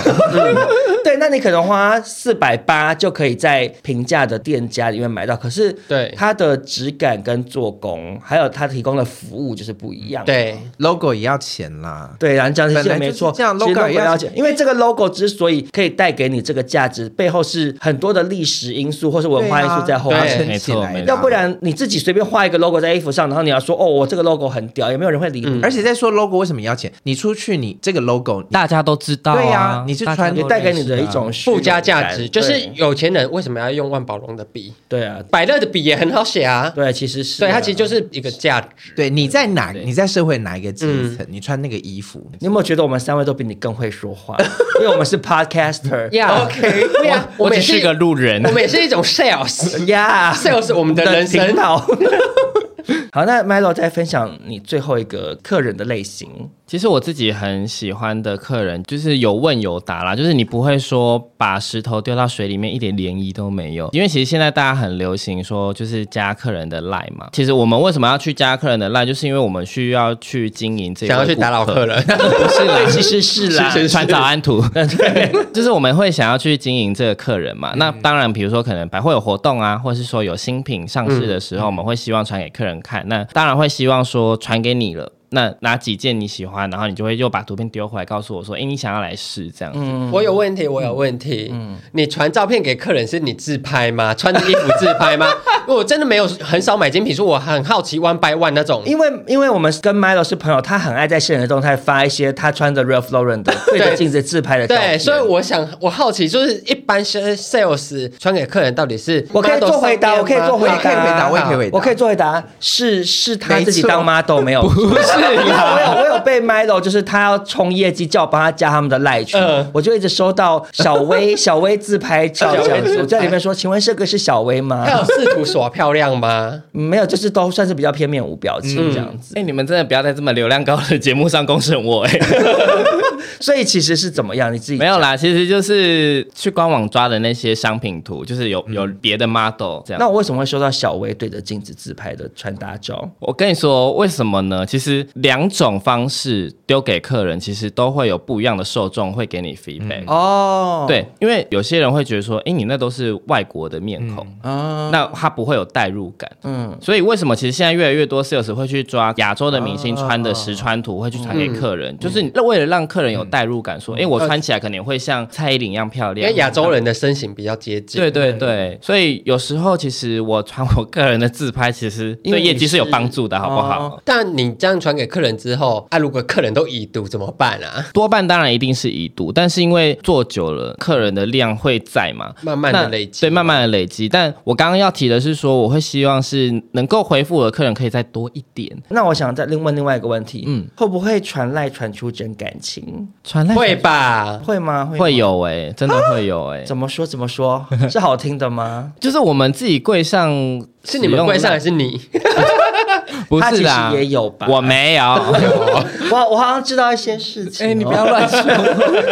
Speaker 3: 对，那你可能花四百八就可以在平价的店家里面买到，可是
Speaker 5: 对
Speaker 3: 它的质感跟做工，还有它提供的服务就是不一样。。
Speaker 5: 对，
Speaker 6: logo 也要钱啦，
Speaker 3: 对，然后这样
Speaker 6: 本来
Speaker 3: 没
Speaker 6: 就是
Speaker 3: 错，
Speaker 6: 这样
Speaker 3: 其实
Speaker 6: logo 也要
Speaker 3: 要解，因为这个 logo 之所以可以带给你这个价值，背后是很多的历史因素或是文化因素在后
Speaker 6: 对啊
Speaker 3: 面。
Speaker 6: 把它撑
Speaker 4: 没
Speaker 6: 起
Speaker 4: 错
Speaker 6: 来
Speaker 4: 没
Speaker 6: 啦
Speaker 4: 错
Speaker 3: 要不。然你自己随便画一个 logo 在衣服上，然后你要说哦，我这个 logo 很屌，也没有人会理你。
Speaker 6: 而且在说 logo 为什么要钱？你出去，你这个 logo
Speaker 4: 大家都知道、啊。
Speaker 6: 对呀你是
Speaker 4: 大家
Speaker 6: 穿
Speaker 4: 都
Speaker 3: 也带给你的
Speaker 4: 认识
Speaker 3: 一
Speaker 4: 啊
Speaker 3: 种虚
Speaker 5: 附加
Speaker 3: 荣
Speaker 5: 价
Speaker 3: 感
Speaker 5: 值就是
Speaker 3: 对
Speaker 5: 有钱人为什么要用万宝龙的笔？
Speaker 3: 对啊，
Speaker 5: 百乐的笔也很好写啊。
Speaker 3: 对，其实是
Speaker 5: 对，它
Speaker 3: 啊
Speaker 5: 其实就是一个价值。
Speaker 6: 对你在哪？你在社会哪一个阶
Speaker 3: 嗯
Speaker 6: 层？你穿那个衣服，
Speaker 3: 你有没有觉得我们三位都比你更会说
Speaker 5: [laughs]
Speaker 3: 话？因为我们是 podcaster。
Speaker 5: 呀，OK，对啊，
Speaker 4: 我
Speaker 5: 们
Speaker 4: 只
Speaker 5: 也
Speaker 4: 是
Speaker 5: 是
Speaker 4: 个，路人
Speaker 3: [laughs]
Speaker 5: 我。们也是一种 sales，sales
Speaker 3: 呀，
Speaker 5: 我们的人生
Speaker 3: 频道， [laughs] 好，那 Milo 再分享你最后一个客人的类型，
Speaker 4: 其实我自己很喜欢的客人就是有问有答啦，就是你不会说把石头丢到水里面一点涟漪都没有，因为其实现在大家很流行说就是加客人的赖嘛。其实我们为什么要去加客人的赖，就是因为我们需要去经营这个
Speaker 5: 想要去打扰客人，
Speaker 4: 不是啦，
Speaker 3: 其实是啦，
Speaker 4: 传早安 [laughs] 图，就是我们会想要去经营这个客人嘛。那当然，比如说可能百货有活动啊，或是说有新品上市的时候，我们会希望传给客人看。那当然会希望说传给你了。那哪几件你喜欢，然后你就会又把图片丢回来，告诉我说：“哎、你想要来试这样子。
Speaker 3: 嗯
Speaker 5: 我有问题，我有问题。你传照片给客人是你自拍吗？穿着衣服自拍 [laughs] 吗？因为我真的没有很少买精品，所以我很好奇 one by one 那种。
Speaker 3: 因为因为我们跟 Milo 是朋友，他很爱在现实动态发一些他穿着 Ralph Lauren 的对着镜子自拍的照片。
Speaker 5: 对，所以我想，我好奇就是一般 sales- sales 传给客人到底是
Speaker 3: 我可以做回答，我可以做回答，
Speaker 6: 我也可
Speaker 3: [laughs]
Speaker 6: 以回答我也可以回答
Speaker 3: 我可以做回答，是是他
Speaker 6: 没
Speaker 3: 自己
Speaker 6: 错
Speaker 3: 当 model 没有？不是，我有我有被 Milo，就是他要冲业绩，叫我帮他加他们的赖群，
Speaker 5: 嗯
Speaker 3: 我就一直收到小薇小薇自拍照这样
Speaker 5: 小薇自
Speaker 3: 子，
Speaker 5: 拍
Speaker 3: 我在里面说，请问这个是小薇吗
Speaker 5: [laughs] 他？有试图耍漂亮吗？
Speaker 3: 嗯没有，就是都算是比较片面无表情这样子，
Speaker 4: 哎、你们真的不要在这么流量高的节目上公审我 [laughs] 哎、
Speaker 3: 所以其实是怎么样？你自己
Speaker 4: 没有啦，其实就是去官网抓的那些商品图，就是有有别的 model 这样。
Speaker 3: 那我为什么会收到小薇对着镜子自拍的穿搭照？
Speaker 4: 我跟你说，为什么呢？其实两种方式丢给客人，其实都会有不一样的受众会给你 feedback。
Speaker 3: 哦，
Speaker 4: 对，因为有些人会觉得说，诶，你那都是外国的面孔，
Speaker 5: 嗯
Speaker 4: 那他不会有代入感。嗯，所以为什么其实现在越来越多 sales 会去抓亚洲的明星穿的实穿图，会去传给客
Speaker 5: 嗯
Speaker 4: 人，就是为了让客人有代入感，说，诶，我穿起来可能会像蔡依林一样漂
Speaker 5: 因
Speaker 4: 亮。
Speaker 5: 为亚洲人的嗯身形比较接近。
Speaker 4: 对对对，所以有时候其实我传我个人的自拍，其实
Speaker 3: 因为
Speaker 4: 对
Speaker 3: 你
Speaker 4: 业绩是有
Speaker 3: 是
Speaker 4: 帮助的，好不好？
Speaker 5: 但你这样传给客人之后，啊，如果客人都已读怎么办啊？
Speaker 4: 多半当然一定是已读，但是因为做久了，客人的量会在嘛，
Speaker 5: 慢慢的累积
Speaker 4: 那对，慢慢的累积。但我刚刚要提的是说，我会希望是能够回复我的客人可以再多一点，
Speaker 3: 那我想再另问另外一个问题，嗯，会不会传赖传出真感情？
Speaker 4: 传来
Speaker 5: 会吧？
Speaker 3: 会吗？会吗
Speaker 4: 会有哎、真的会有哎、
Speaker 3: 怎么说怎么
Speaker 4: [laughs]
Speaker 3: 说是好听的吗？
Speaker 4: 就是我们自己柜上
Speaker 5: 是你们柜上还是你？
Speaker 4: 不
Speaker 3: 他
Speaker 4: 是
Speaker 3: 其实
Speaker 4: 啦，
Speaker 3: 也有吧？
Speaker 4: 我没有，
Speaker 3: 我我好像知道一些事情、哦。哎、你不要
Speaker 4: 乱说。
Speaker 3: [laughs]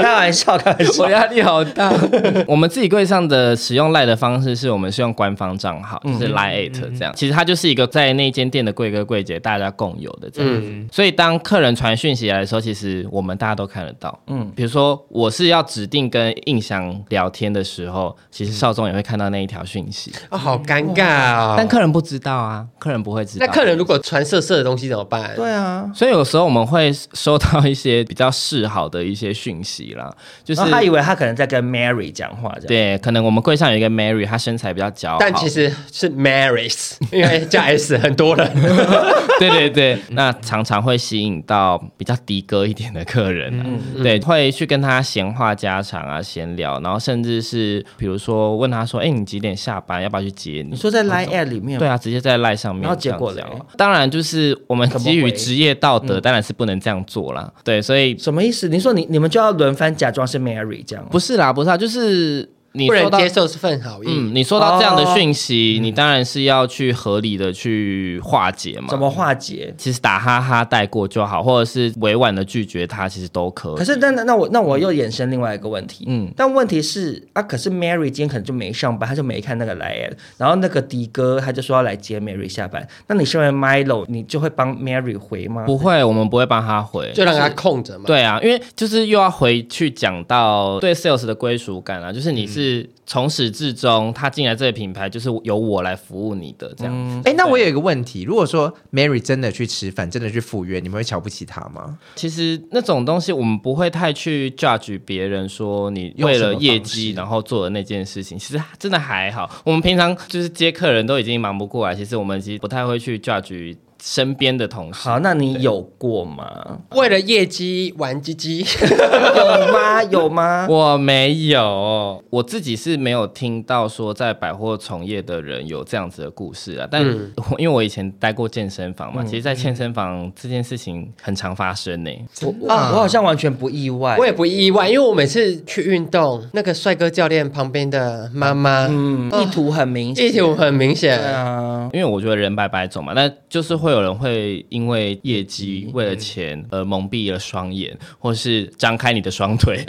Speaker 3: 开玩笑，开玩笑。
Speaker 4: 我压力好大。 [laughs] 我们自己柜上的使用赖的方式是我们是用官方账号，就是 Line at 这样。其实它就是一个在那间店的柜哥柜姐大家共有的这
Speaker 5: 嗯
Speaker 4: 样子。所以当客人传讯息来的时候，其实我们大家都看得到。嗯，比如说我是要指定跟印象聊天的时候，其实少宗也会看到那一条讯息，
Speaker 5: [laughs] 哦，好尴尬啊、
Speaker 4: 但客人不知道啊，客人不会知道。
Speaker 5: 那客人如果传色色的东西怎么办？
Speaker 3: 对啊，
Speaker 4: 所以有时候我们会收到一些比较示好的一些讯息啦，就是
Speaker 3: 然
Speaker 5: 哦
Speaker 3: 后他以为他可能在跟 Mary 讲话，这样。
Speaker 4: 对，可能我们柜上有一个 Mary，她身材比较姣好，
Speaker 5: 但其实是 Marys，因为加 S 很多人。
Speaker 4: [laughs] 对对对，那常常会吸引到比较的哥一点的客人、啊，
Speaker 3: 嗯
Speaker 4: 对，会去跟他闲话家常啊，闲聊，然后甚至是比如说问他说，哎、你几点下班？要不要去接你？
Speaker 3: 你说在 Line App 里面吗
Speaker 4: 对啊，直接在赖上面，
Speaker 3: 然后结果
Speaker 4: 这样
Speaker 3: 嘞
Speaker 4: 讲当然就是我们
Speaker 3: 怎么
Speaker 4: 基于
Speaker 3: 回
Speaker 4: 职业道
Speaker 3: 嗯
Speaker 4: 德，当然是不能这样做啦。对，所以
Speaker 3: 什么意思？你说你你们就要轮番假装是 Mary 这样吗？
Speaker 4: 不是啦，不是啊，就是你
Speaker 5: 不能
Speaker 4: 收到
Speaker 5: 接受是份好意。
Speaker 4: 嗯，你收到这样
Speaker 3: 哦
Speaker 4: 的讯
Speaker 3: 嗯
Speaker 4: 息，你当然是要去合理的去化解嘛。
Speaker 3: 怎么化解？
Speaker 4: 其实打哈哈带过就好，或者是委婉的拒绝他，其实都可以。
Speaker 3: 可是那那那我那我又衍生另外一个问题，嗯
Speaker 4: 嗯，
Speaker 3: 但问题是啊，可是 Mary 今天可能就没上班，他就没看那个来耶，然后那个迪哥他就说要来接 Mary 下班，那你身为 Milo，你就会帮 Mary 回吗？
Speaker 4: 不会，我们不会帮他回，
Speaker 5: 就让他空着嘛。，
Speaker 4: 对啊，因为就是又要回去讲到对 sales 的归属感啊，就是你是从始至终，他进来这个品牌就是由我来服务你的这样子。
Speaker 6: 哎，那我有一个问题，如果说 Mary 真的去吃饭，真的去赴约，你们会瞧不起她吗？
Speaker 4: 其实那种东西我们不会太去 judge 别人说你为了业绩然后做的那件事情，其实真的还好。我们平常就是接客人都已经忙不过来，其实我们其实不太会去 judge 身边的同事。
Speaker 3: 好，那你有过吗？
Speaker 5: 为了业绩玩鸡鸡，
Speaker 3: 有吗？有
Speaker 4: [laughs]
Speaker 3: 吗？
Speaker 4: 我没有，我自己是没有听到说在百货从业的人有这样子的故事啊。但我因为我以前待过健身房嘛，其实，在健身房这件事情很常发生呢、
Speaker 3: 我我我好像完全不意外
Speaker 5: 啊我，也不意外，因为我每次去运动，那个帅哥教练旁边的妈妈，嗯，
Speaker 3: 嗯，意图很明显，
Speaker 5: 意图很明显。
Speaker 3: 对啊，
Speaker 4: 因为我觉得人百百种嘛，那就是会有人会因为业绩、嗯为了钱而蒙蔽了双眼，或是张开你的双腿。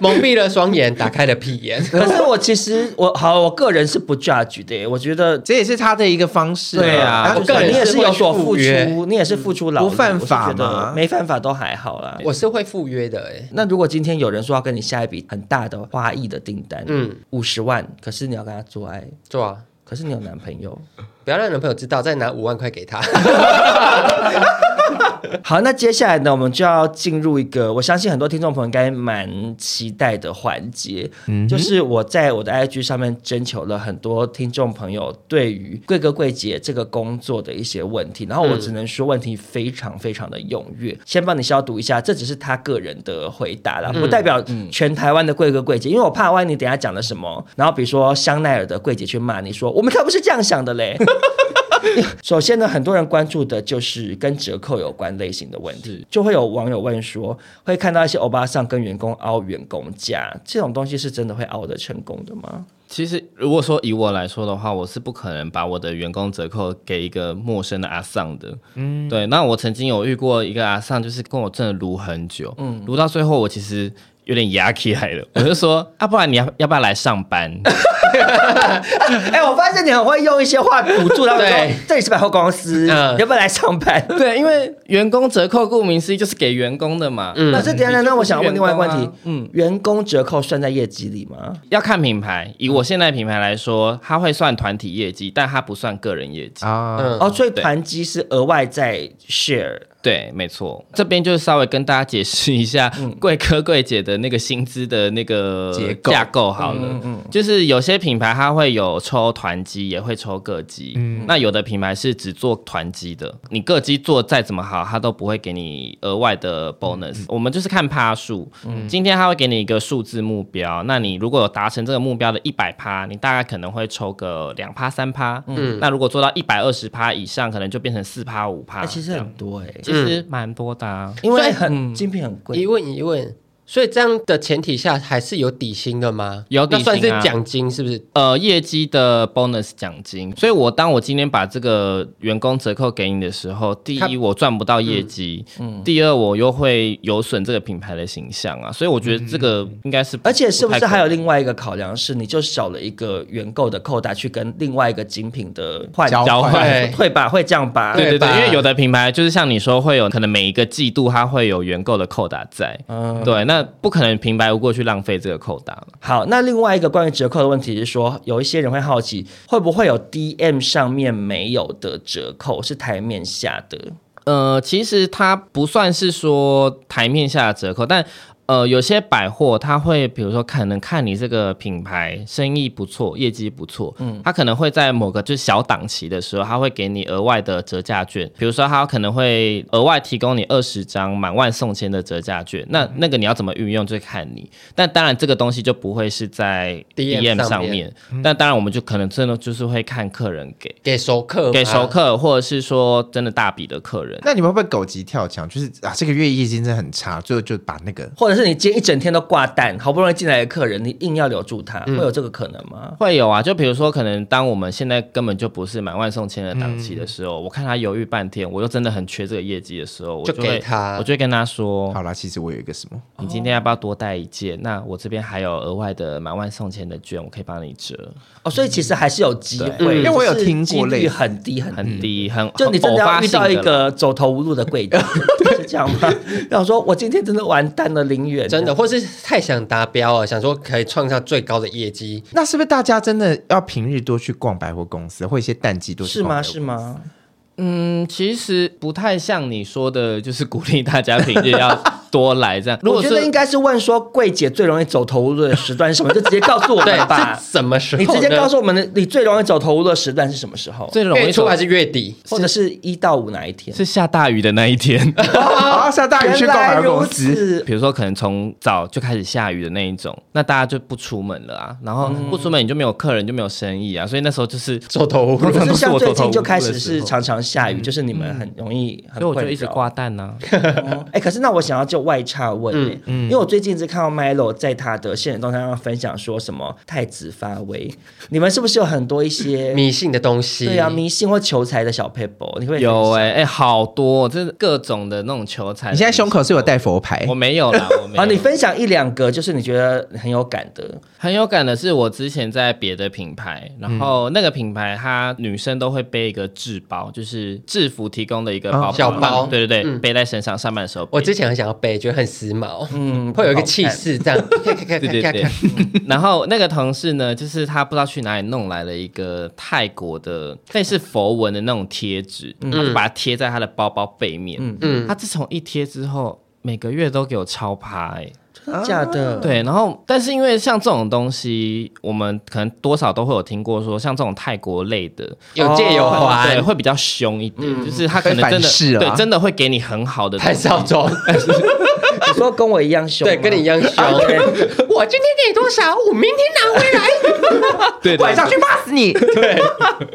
Speaker 5: 蒙蔽了双眼，打开了屁眼。
Speaker 3: [laughs] 可是我其实我好，我个人是不 judge 的耶，我觉得
Speaker 6: 这也是他的一个方式、
Speaker 3: 对啊，
Speaker 5: 我个人
Speaker 3: 你也
Speaker 5: 是
Speaker 3: 是
Speaker 5: 会
Speaker 3: 有所付
Speaker 5: 赴约
Speaker 3: 出，你也是付出劳力，
Speaker 6: 不犯法
Speaker 3: 我是觉得
Speaker 6: 吗
Speaker 3: 没犯法都还好啦。
Speaker 5: 我是会赴约的、欸，
Speaker 3: 那如果今天有人说要跟你下一笔很大的花艺的订单，嗯
Speaker 5: 嗯，
Speaker 3: 五十万，可是你要跟他做爱，
Speaker 5: 做啊，
Speaker 3: 可是你有男朋友，
Speaker 5: 不要让男朋友知道，再拿五万块给他。
Speaker 3: [laughs] 好，那接下来呢，我们就要进入一个我相信很多听众朋友应该蛮期待的环节，就是我在我的 IG 上面征求了很多听众朋友对于贵哥贵姐这个工作的一些问题，然后我只能说问题非常非常的踊跃。先帮你消毒一下，这只是他个人的回答啦，不代表全台湾的贵哥贵姐，因为我怕万一你等一下讲了什么，然后比如说香奈儿的贵姐去骂你说我们可不是这样想的嘞。首先呢，很多人关注的就是跟折扣有关类型的问题，就会有网友问说，会看到一些欧巴桑跟员工凹员工价，这种东西是真的会凹的成功的吗？
Speaker 4: 其实，如果说以我来说的话，我是不可能把我的员工折扣给一个陌生的阿桑的。嗯，对。那我曾经有遇过一个阿桑，就是跟我真的撸很久，嗯，撸到最后我其实有点牙起来 [laughs] 了，我就说，啊，不然你要要不要来上班？
Speaker 3: 哎、我发现你很会用一些话堵住他们说
Speaker 5: 对，
Speaker 3: [laughs] 这里是百货公司，
Speaker 5: 嗯
Speaker 3: 要不要来上班？
Speaker 4: [laughs] 对，因为员工折扣顾名思义就是给员工的嘛，嗯，
Speaker 3: 可是等一下，那我想问另外一个问题
Speaker 4: 你就，
Speaker 3: 嗯，员工折扣算在业绩里吗？
Speaker 4: 要看品牌。以我现在品牌来说，它会算团体业绩，但它不算个人业绩。
Speaker 6: 啊。
Speaker 5: 嗯，
Speaker 3: 哦，所以团积是额外在 share。
Speaker 4: 对，没错，这边就是稍微跟大家解释一下贵哥贵姐的那个薪资的那个
Speaker 6: 结构
Speaker 4: 架构好了，就是有些品牌它会有抽团机，也会抽个机，那有的品牌是只做团机的，你个机做再怎么好，它都不会给你额外的 bonus，、我们就是看趴数，今天它会给你一个数字目标，那你如果有达成这个目标的一百趴，你大概可能会抽个两趴三趴，那如果做到一百二十趴以上，可能就变成四趴五趴，
Speaker 3: 那其实很多哎、
Speaker 4: 其实蛮多的、啊。
Speaker 3: 因为很精品很
Speaker 5: 疑
Speaker 3: 贵，
Speaker 5: 问疑问，所以这样的前提下还是有底薪的吗？
Speaker 4: 有底薪啊
Speaker 5: 那算是奖金是不是？
Speaker 4: 呃，业绩的 bonus 奖金，所以我当我今天把这个员工折扣给你的时候，第
Speaker 5: 他
Speaker 4: 一我赚不到业绩，第二我又会有损这个品牌的形象啊，所以我觉得这个应该是不，
Speaker 3: 而且是不是还有
Speaker 4: 太可
Speaker 3: 另外一个考量是，你就少了一个原购的扣打去跟另外一个精品的换
Speaker 6: 啊交
Speaker 4: 交换
Speaker 3: 换会吧？会这样吧？
Speaker 4: 对对
Speaker 5: 对
Speaker 4: 对，
Speaker 5: 吧
Speaker 4: 因为有的品牌就是像你说会有可能每一个季度它会有原购的扣打在，对，那不可能平白无故去浪费这个扣打嘛。
Speaker 3: 好，那另外一个关于折扣的问题是说，有一些人会好奇，会不会有 DM 上面没有的折扣是台面下的？
Speaker 4: 呃，其实它不算是说台面下的折扣，但呃，有些百货它会，比如说可能看你这个品牌生意不错，业绩不错，嗯，它可能会在某个就是小档期的时候，它会给你额外的折价券，比如说它可能会额外提供你二十张满万送千的折价券，那那个你要怎么运用就看你，但当然这个东西就不会是在
Speaker 5: DM
Speaker 4: 上
Speaker 5: 上
Speaker 4: 面嗯
Speaker 5: 面，
Speaker 4: 但当然我们就可能真的就是会看客人给。
Speaker 5: 给熟客，
Speaker 4: 给熟，客，或者是说真的大笔的客人，
Speaker 6: [laughs] 那你们会不会狗急跳墙？就是啊，这个月业绩真的很差，最后就把那个
Speaker 3: 或者是你今天一整天都挂单，好不容易进来的客人，你硬要留住
Speaker 4: 嗯
Speaker 3: 他，会有这个可能吗？
Speaker 4: 会有啊，就比如说，可能当我们现在根本就不是满万送千的档
Speaker 5: 嗯
Speaker 4: 期的时候，我看他犹豫半天，我又真的很缺这个业绩的时候，我
Speaker 5: 就
Speaker 4: 会
Speaker 5: 给他
Speaker 4: 我就会跟他说
Speaker 6: 好，啦，其实我有一个什么，
Speaker 4: 你今天要不要多带一件？那我这边还有额外的满万送千的券，我可以帮你折，
Speaker 3: 哦，所以其实还是有机会，
Speaker 6: 因为我有
Speaker 3: 只是
Speaker 6: 听过
Speaker 3: 几
Speaker 6: 类
Speaker 3: 率
Speaker 6: 似
Speaker 3: 很低很低。
Speaker 5: 嗯
Speaker 4: 很低，很
Speaker 3: 就你真的
Speaker 4: 偶
Speaker 3: 要
Speaker 4: 发
Speaker 3: 遇
Speaker 4: 性
Speaker 3: 到一
Speaker 4: 的啦
Speaker 3: 个走投无路的贵姐，
Speaker 4: [laughs]
Speaker 3: 是这样吗？然后说，我今天真的完蛋了，零元
Speaker 5: 真的，。或是太想达标了，想说可以创造最高的业绩，
Speaker 6: 那是不是大家真的要平日多去逛百货公司，或一些淡季多去
Speaker 3: 是
Speaker 6: 逛
Speaker 3: 吗？
Speaker 6: 百货
Speaker 3: 是吗？
Speaker 4: 嗯，其实不太像你说的，就是鼓励大家平
Speaker 3: [laughs]
Speaker 4: 日要多来这样。如
Speaker 3: 我
Speaker 4: 果
Speaker 3: 觉
Speaker 4: 是
Speaker 3: 得应该是问说，柜姐最容易走投无路的时段是什么？就直接告诉我
Speaker 5: 对，
Speaker 3: 们吧
Speaker 5: 是。什么时候
Speaker 3: 你
Speaker 5: 呢？
Speaker 3: 直接告诉我们的，你最容易走投无路的时段是什么时候？
Speaker 4: 最容
Speaker 5: 月
Speaker 4: 易
Speaker 5: 初
Speaker 4: 出
Speaker 5: 还是月底？
Speaker 3: 或者是一到五哪一天？
Speaker 4: 是下大雨的那一天。
Speaker 6: 啊要下大雨去
Speaker 3: 原
Speaker 6: 逛
Speaker 3: 来
Speaker 6: 百货
Speaker 3: 如
Speaker 6: 公司。
Speaker 3: 此，
Speaker 4: [laughs] 比如说可能从早就开始下雨的那一种，那大家就不出门了啊，然后不出门你就没有客人，就没有生意啊，所以那时候就是走投无路
Speaker 3: 可是像最
Speaker 4: 走投无
Speaker 3: 近
Speaker 4: 路
Speaker 3: 就开始
Speaker 4: 的时
Speaker 3: 是
Speaker 4: 候
Speaker 3: 常常下雨，就是你们很容易很
Speaker 4: 嗯所以我
Speaker 3: 困
Speaker 4: 就
Speaker 3: 扰。
Speaker 4: 一直挂蛋啊呢、
Speaker 3: 哦哎、可是那我想要就外插
Speaker 5: 嗯
Speaker 3: 问、欸，因为我最近一直看到 Milo 在他的现实动态上分享说什么太子发威，你们是不是有很多一些
Speaker 5: 迷信的欸东西。
Speaker 3: 对啊迷信或求财的小 paper？你会
Speaker 4: 有哎、
Speaker 3: 哎、
Speaker 4: 哎、好多，这是各种的那种球彩。
Speaker 6: 你现在胸口是欸有带佛牌
Speaker 4: 我？没有啦，我没有。
Speaker 3: 好，啊你分享一两个，就是你觉得很有感的，
Speaker 4: 很有感的是，我之前在别的品牌，然后那个品牌它女生都会背一个制包，就是制服提供的一个包包，
Speaker 5: 小包
Speaker 4: 对对对，
Speaker 5: 嗯
Speaker 4: 背在身上，上班的时候背。
Speaker 5: 我之前很想要背，觉得很时髦，
Speaker 3: 嗯，
Speaker 5: 会有一个
Speaker 3: 好看
Speaker 5: 气。势这样。对
Speaker 4: [laughs] 对对对，
Speaker 5: [laughs]
Speaker 4: 然后那个同事呢，就是他不知道去哪里弄来了一个泰国的类似佛文的那种贴纸，他就把它贴在他的包包背面。
Speaker 3: 嗯
Speaker 5: 嗯
Speaker 4: 他自从一贴之后，每个月都给我超趴哎、
Speaker 3: 真的假的，
Speaker 5: 嗯
Speaker 4: 对，然后但是因为像这种东西，我们可能多少都会有听过说，像这种泰国类的，
Speaker 5: 有借有还嗯
Speaker 4: 对，，会比较凶一点，就是他可
Speaker 6: 会
Speaker 4: 能
Speaker 6: 反
Speaker 4: 真的
Speaker 6: 噬啦
Speaker 4: 对，真的会给你很好的
Speaker 5: 潘
Speaker 4: 东西
Speaker 5: 啊少忠，
Speaker 3: 你说跟我一样凶吗，
Speaker 5: 啊对，跟你一样凶。
Speaker 4: 啊
Speaker 5: [laughs] 我今天给你多少，我明天拿回来。
Speaker 4: [laughs] 对对
Speaker 6: 晚上去骂死你！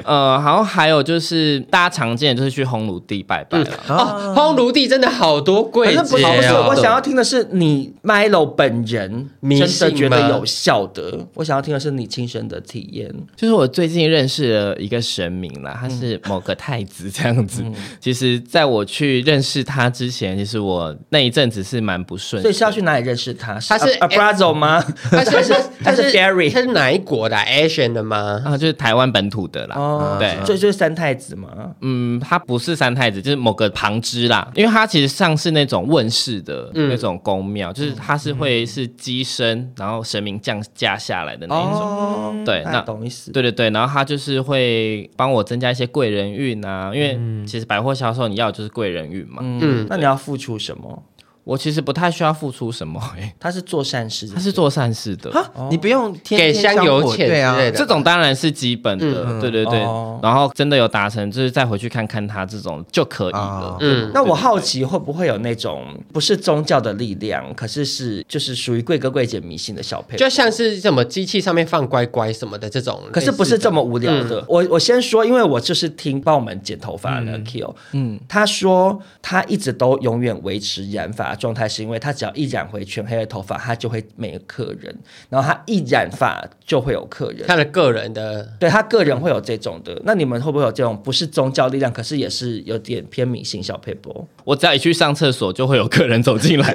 Speaker 4: 呃，好像还有就是大家常见的就是去烘炉地拜啊拜了。
Speaker 5: 哦，烘炉地真的好多
Speaker 3: 可
Speaker 5: 柜
Speaker 3: 是
Speaker 5: 姐
Speaker 3: 不是不是，
Speaker 5: 哦
Speaker 3: 我想要听的是你 Milo 本人
Speaker 5: 迷
Speaker 3: 真的
Speaker 5: 信
Speaker 3: 觉得
Speaker 5: 吗
Speaker 3: 有效的，我想要听的是你亲身的体验。
Speaker 4: 就是我最近认识了一个神明
Speaker 3: 嗯
Speaker 4: 啦，他是某个太子这样子。其实，在我去认识他之前，其实我那一阵子是蛮不顺
Speaker 3: 所
Speaker 4: 遂
Speaker 3: 以是要去哪里认识他？
Speaker 5: 他是
Speaker 3: a b r a z o 吗？[laughs]
Speaker 5: 他是他是
Speaker 3: 他是 Gary
Speaker 5: 他是哪一国的啊？Asian 的吗？
Speaker 4: 啊，就是台湾本土的啦。
Speaker 3: 哦，
Speaker 4: 啊对
Speaker 3: 就就是三太子嘛。
Speaker 4: 嗯，他不是三太子，就是某个旁支啦，因为他其实像是那种问世的
Speaker 3: 嗯
Speaker 4: 那种宫庙，就是他是会是机身，然后神明降驾下来的那一种。
Speaker 3: 哦，
Speaker 4: 对
Speaker 3: 大
Speaker 4: 那
Speaker 3: 概懂意思。
Speaker 4: 对对对，然后他就是会帮我增加一些贵人运啊，因为其实百货销售你要的就是贵人运嘛。
Speaker 3: 嗯，那你要付出什么？
Speaker 4: 我其实不太需要付出什么、欸，
Speaker 3: 他是做善事，哦
Speaker 4: 他是做善事的。
Speaker 6: [laughs] 啊你不用天
Speaker 5: 给
Speaker 6: 天
Speaker 5: 香油钱
Speaker 6: 对啊
Speaker 5: 之，类的。
Speaker 4: 这种当然是基本的，对对对。
Speaker 3: 哦
Speaker 4: 然后真的有达成，就是再回去看看他这种就可以了
Speaker 6: 哦。
Speaker 5: 嗯，
Speaker 3: 那我好奇会不会有那种不是宗教的力量，可是是就是属于贵哥贵姐迷信的小配，
Speaker 5: 就像是什么机器上面放乖乖什么的这种，
Speaker 3: 可是不是这么无聊的。我我先说，因为我就是听帮我们剪头发的 Kill，嗯，他说他一直都永远维持染发的状态，是因为他只要一染回全黑的头发，他就会没有客人，然后他一染发就会有客人。
Speaker 5: 看了个人的，
Speaker 3: 对他个人会有这种的，那你们会不会有这种不是宗教力量，可是也是有点偏迷信小 paper？
Speaker 4: 我只要一去上厕所，就会有客人走进
Speaker 3: [laughs]
Speaker 4: 来。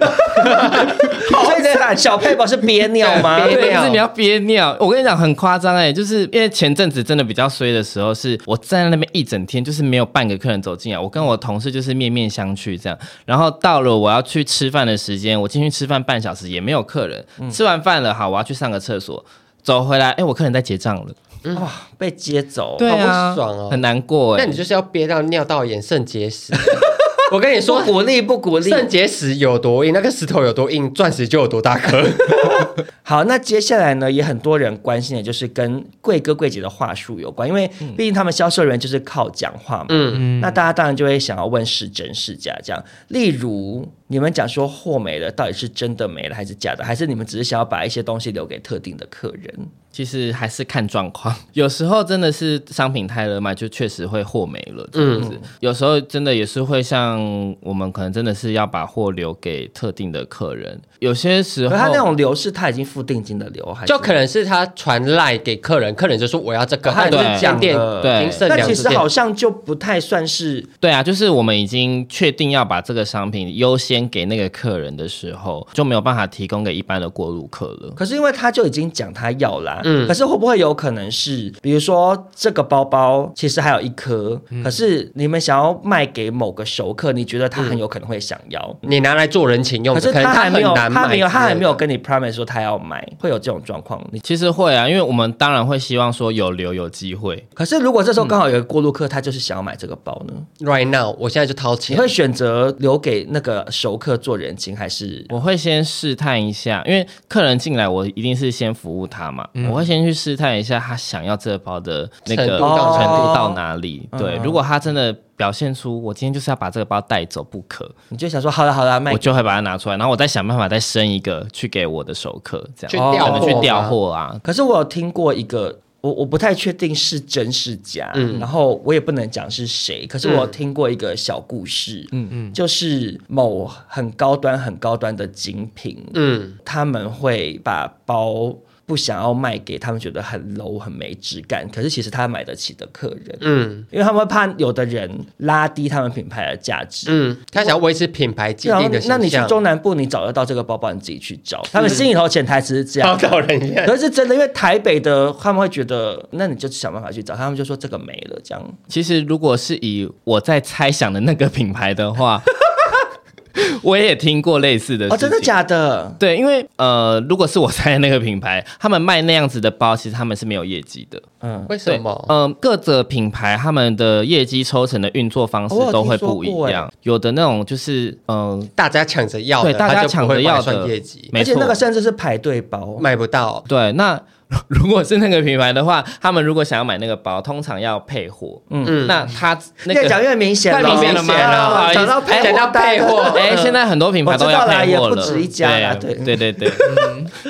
Speaker 3: 所以那小 paper 是憋尿吗？啊
Speaker 5: 对憋
Speaker 4: [laughs] 对，
Speaker 5: 尿
Speaker 4: 啊就是你要憋尿。我跟你讲，很夸张哎，就是因为前阵子真的比较衰的时候，是我站在那边一整天，就是没有半个客人走进来。我跟我同事就是面面相觑这样。然后到了我要去吃饭的时间，我进去吃饭半小时也没有客人。
Speaker 3: 嗯
Speaker 4: 吃完饭了，好，我要去上个厕所，走回来，哎，我客人在结账了。
Speaker 3: 哇，被接走。
Speaker 4: 对啊，
Speaker 5: 好不爽哦
Speaker 4: 很难过
Speaker 5: 那
Speaker 4: 哎
Speaker 5: 你。就是要憋到尿道炎肾
Speaker 3: [laughs]
Speaker 5: 结石。我跟你说
Speaker 3: 不，鼓励，不鼓励。
Speaker 5: 肾结石有多硬，那个石头有多硬，钻石就有多大
Speaker 3: [laughs]
Speaker 5: 颗。
Speaker 3: 好，那接下来呢，也很多人关心的就是跟贵哥贵姐的话术有关，因为毕竟他们销售人员就是靠讲话嘛。嗯那大家当然就会想要问是真是假这样。例如，你们讲说货没了，到底是真的没了还是假的？还是你们只是想要把一些东西留给特定的客人？
Speaker 4: 其实还是看状况， [laughs] 有时候真的是商品太热卖，就确实会货没了这样子。
Speaker 5: 嗯
Speaker 4: 有时候真的也是会像我们可能真的是要把货留给特定的客人，有些时
Speaker 3: 可
Speaker 4: 候
Speaker 3: 他那种流是他已经付定金的流，还是
Speaker 5: 就可能是他传赖给客人，客人就说我要这个，
Speaker 3: 他
Speaker 5: 他
Speaker 3: 已经
Speaker 5: 就是
Speaker 4: 讲
Speaker 5: 讲
Speaker 3: 了
Speaker 5: 店
Speaker 4: 对
Speaker 5: 已经剩
Speaker 3: 那
Speaker 5: 两
Speaker 3: 其
Speaker 5: 只
Speaker 3: 实
Speaker 5: 店
Speaker 3: 好，像就不太算是
Speaker 4: 对啊，就是我们已经确定要把这个商品优先给那个客人的时候，就没有办法提供给一般的过路客了。
Speaker 3: 可是因为他就已经讲他要啦，
Speaker 5: 嗯
Speaker 3: 可是会不会有可能是，比如说这个包包其实还有一颗，
Speaker 5: 嗯
Speaker 3: 可是你们想要卖给某个熟客，你觉得他很有可能会想要，
Speaker 5: 你拿来做人情用
Speaker 3: 可
Speaker 5: 的，
Speaker 3: 是
Speaker 5: 嗯能
Speaker 3: 他还
Speaker 5: 很
Speaker 3: 没有，
Speaker 5: 难
Speaker 3: 他没有，
Speaker 5: 买之
Speaker 3: 他还没有
Speaker 5: 类的
Speaker 3: 跟你 promise 说他要买，会有这种状况。你
Speaker 4: 其实会啊，因为我们当然会希望说有留有机会，
Speaker 3: 可是如果这时候刚好有一个过路客，他就是想要买这个包呢，
Speaker 5: right now，我现在就掏
Speaker 3: 你
Speaker 5: 钱。
Speaker 3: 会选择留给那个熟熟客做人情，还是
Speaker 4: 我会先试探一下，因为客人进来，我一定是先服务他嘛，我会先去试探一下他想要这包的那个
Speaker 5: 程
Speaker 4: 程
Speaker 5: 度到哪里
Speaker 4: 度到哪里。对，如果他真的表现出我今天就是要把这个包带走不可，
Speaker 3: 你就想说好了好了，卖
Speaker 4: 我就会把它拿出来，然后我再想办法再生一个去给我的熟客，这样
Speaker 5: 去
Speaker 3: 调
Speaker 4: 可能
Speaker 5: 货
Speaker 4: 去
Speaker 5: 吗
Speaker 4: 调货啊。
Speaker 3: 可是我有听过一个，我我不太确定是真是假，
Speaker 5: 嗯
Speaker 3: 然后我也不能讲是谁，可是我有听过一个小故事，嗯嗯，就是某很高端很高端的精品，
Speaker 5: 嗯，
Speaker 3: 他们会把包。不想要卖给他们觉得很 low 很没质感，可是其实他买得起的客人，
Speaker 5: 嗯
Speaker 3: 因为他们会怕有的人拉低他们品牌的价值，
Speaker 5: 嗯，他想要维持品牌基
Speaker 3: 对啊
Speaker 5: 地的，形
Speaker 3: 那你去
Speaker 5: 象，嗯
Speaker 3: 中南部，你找得到这个包包，你自己去找。他们心里头潜台词是这
Speaker 5: 超
Speaker 3: 样，
Speaker 5: 讨人
Speaker 3: [laughs]
Speaker 5: 厌。
Speaker 3: 可是真的，因为台北的他们会觉得，那你就想办法去找，他们就说这个没了，这样
Speaker 4: 其实如果是以我在猜想的那个品牌的话， [laughs] 我也听过类似的事
Speaker 3: 哦，
Speaker 4: 情。
Speaker 3: 真的假的？
Speaker 4: 对，因为呃，如果是我猜的那个品牌，他们卖那样子的包，其实他们是没有业绩的。
Speaker 3: 嗯，
Speaker 5: 为什么？
Speaker 4: 嗯、各个品牌他们的业绩抽成的运作方式
Speaker 3: 哦我有
Speaker 4: 都会
Speaker 3: 听说
Speaker 4: 不一
Speaker 3: 过欸
Speaker 4: 样，有的那种就是嗯、
Speaker 5: 大家抢着要的，
Speaker 4: 对，大
Speaker 5: 他
Speaker 4: 家
Speaker 5: 就
Speaker 4: 抢
Speaker 5: 不
Speaker 4: 着
Speaker 5: 会
Speaker 4: 要
Speaker 5: 帮他
Speaker 4: 的
Speaker 5: 算业绩，
Speaker 4: 没
Speaker 3: 而且
Speaker 4: 错，
Speaker 3: 那个甚至是排队包，
Speaker 5: 买不到。
Speaker 4: 对。那如果是那个品牌的话，他们如果想要买那个包，通常要配货。
Speaker 5: 嗯
Speaker 4: 嗯，那他那
Speaker 3: 越讲
Speaker 4: 个。
Speaker 3: 越明显了，哦
Speaker 4: 太明显了吗不好意思
Speaker 3: 讲啊到配
Speaker 5: 讲啊到配货
Speaker 3: 货单了，
Speaker 4: [laughs] 哎，现在很多品牌都
Speaker 3: 嗯我
Speaker 4: 要配货
Speaker 3: 知道啦也不
Speaker 4: 了，
Speaker 3: 止一家啦
Speaker 4: 对
Speaker 3: 对嗯
Speaker 4: 对对对，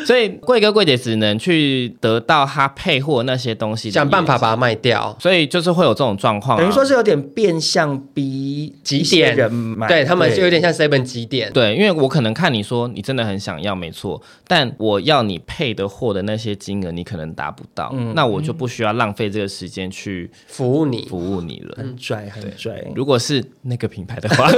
Speaker 4: 所以贵哥贵姐只能去得到他配货那些东西的业绩，
Speaker 5: 想办法把它卖掉，
Speaker 4: 所以就是会有这种状况、啊，
Speaker 3: 等于说是有点变相逼
Speaker 5: 几
Speaker 3: 一些
Speaker 5: 点
Speaker 3: 人买，
Speaker 5: 对他们就有点像 seven 几点，
Speaker 4: 对，因为我可能看你说你真的很想要，没错，但我要你配的货的那些金额你可能达不到，
Speaker 3: 嗯
Speaker 4: 那我就不需要浪费这个时间去
Speaker 5: 服务你。
Speaker 4: 服务你了。
Speaker 3: 很拽很拽。
Speaker 4: 如果是那个品牌的话，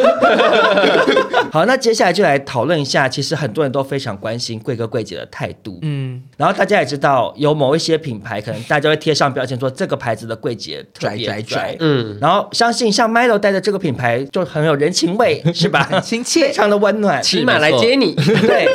Speaker 4: [laughs]
Speaker 3: 好，那接下来就来讨论一下，其实很多人都非常关心贵哥贵姐的态度，嗯，然后大家也知道有某一些品牌，可能大家会贴上标签说这个牌子的贵姐特别
Speaker 6: 拽拽拽
Speaker 3: 嗯，然后相信像 Milo 带的这个品牌就很有人情味，
Speaker 4: 嗯
Speaker 3: 是吧？
Speaker 4: [laughs]
Speaker 3: 很
Speaker 6: 亲切
Speaker 3: 非常的温暖，
Speaker 5: 骑马来
Speaker 4: 没错
Speaker 5: 接你，
Speaker 3: 对，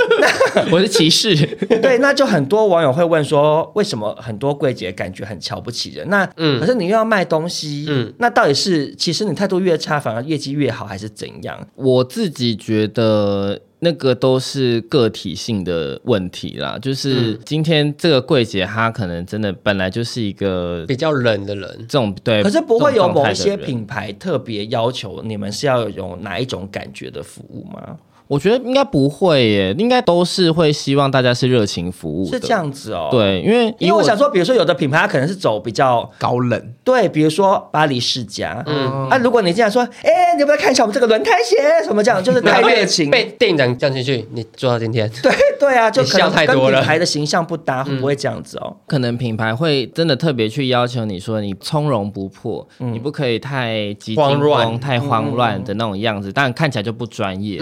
Speaker 4: 我是骑士，
Speaker 3: 那对，那就很多网友会问说，为什么很多柜姐感觉很瞧不起人？那嗯，可是你又要卖东西，嗯，那到底是其实你态度越差，反而业绩越好，还是怎样？
Speaker 4: 我自己觉得。那个都是个体性的问题啦，就是
Speaker 3: 嗯
Speaker 4: 今天这个柜姐她可能真的本来就是一个
Speaker 5: 比较冷的
Speaker 4: [laughs]
Speaker 5: 人，
Speaker 4: 这种对，
Speaker 3: 可是不会有
Speaker 4: 哎这种状
Speaker 3: 某
Speaker 4: 态
Speaker 3: 一
Speaker 4: 的
Speaker 3: 些
Speaker 4: 人
Speaker 3: 品牌特别要求你们是要有哪一种感觉的服务吗？
Speaker 4: 我觉得应该不会耶，应该都是会希望大家是热情服务的。
Speaker 3: 是这样子哦，。
Speaker 4: 对，因为
Speaker 3: 因为我想说，比如说有的品牌它可能是走比较
Speaker 6: 高冷，
Speaker 3: 对，比如说巴黎世家，嗯，啊，如果你这样说，哎、你有没有看一下我们这个轮胎鞋什么这样，就是太热情，
Speaker 5: [laughs] 被店长叫进去，你做到今天，
Speaker 3: 对对啊，就
Speaker 5: 你
Speaker 3: 可
Speaker 5: 笑
Speaker 3: 能
Speaker 5: 太
Speaker 3: 跟
Speaker 5: 多
Speaker 3: 品
Speaker 5: 了
Speaker 3: 牌的形象不搭，会不会这样子哦？
Speaker 4: 可能品牌会真的特别去要求你说你从容不迫，你不可以太急
Speaker 5: 嗯
Speaker 4: 惊
Speaker 5: 慌乱嗯
Speaker 4: 风、太慌乱的那种样子，当然看起来就不专业。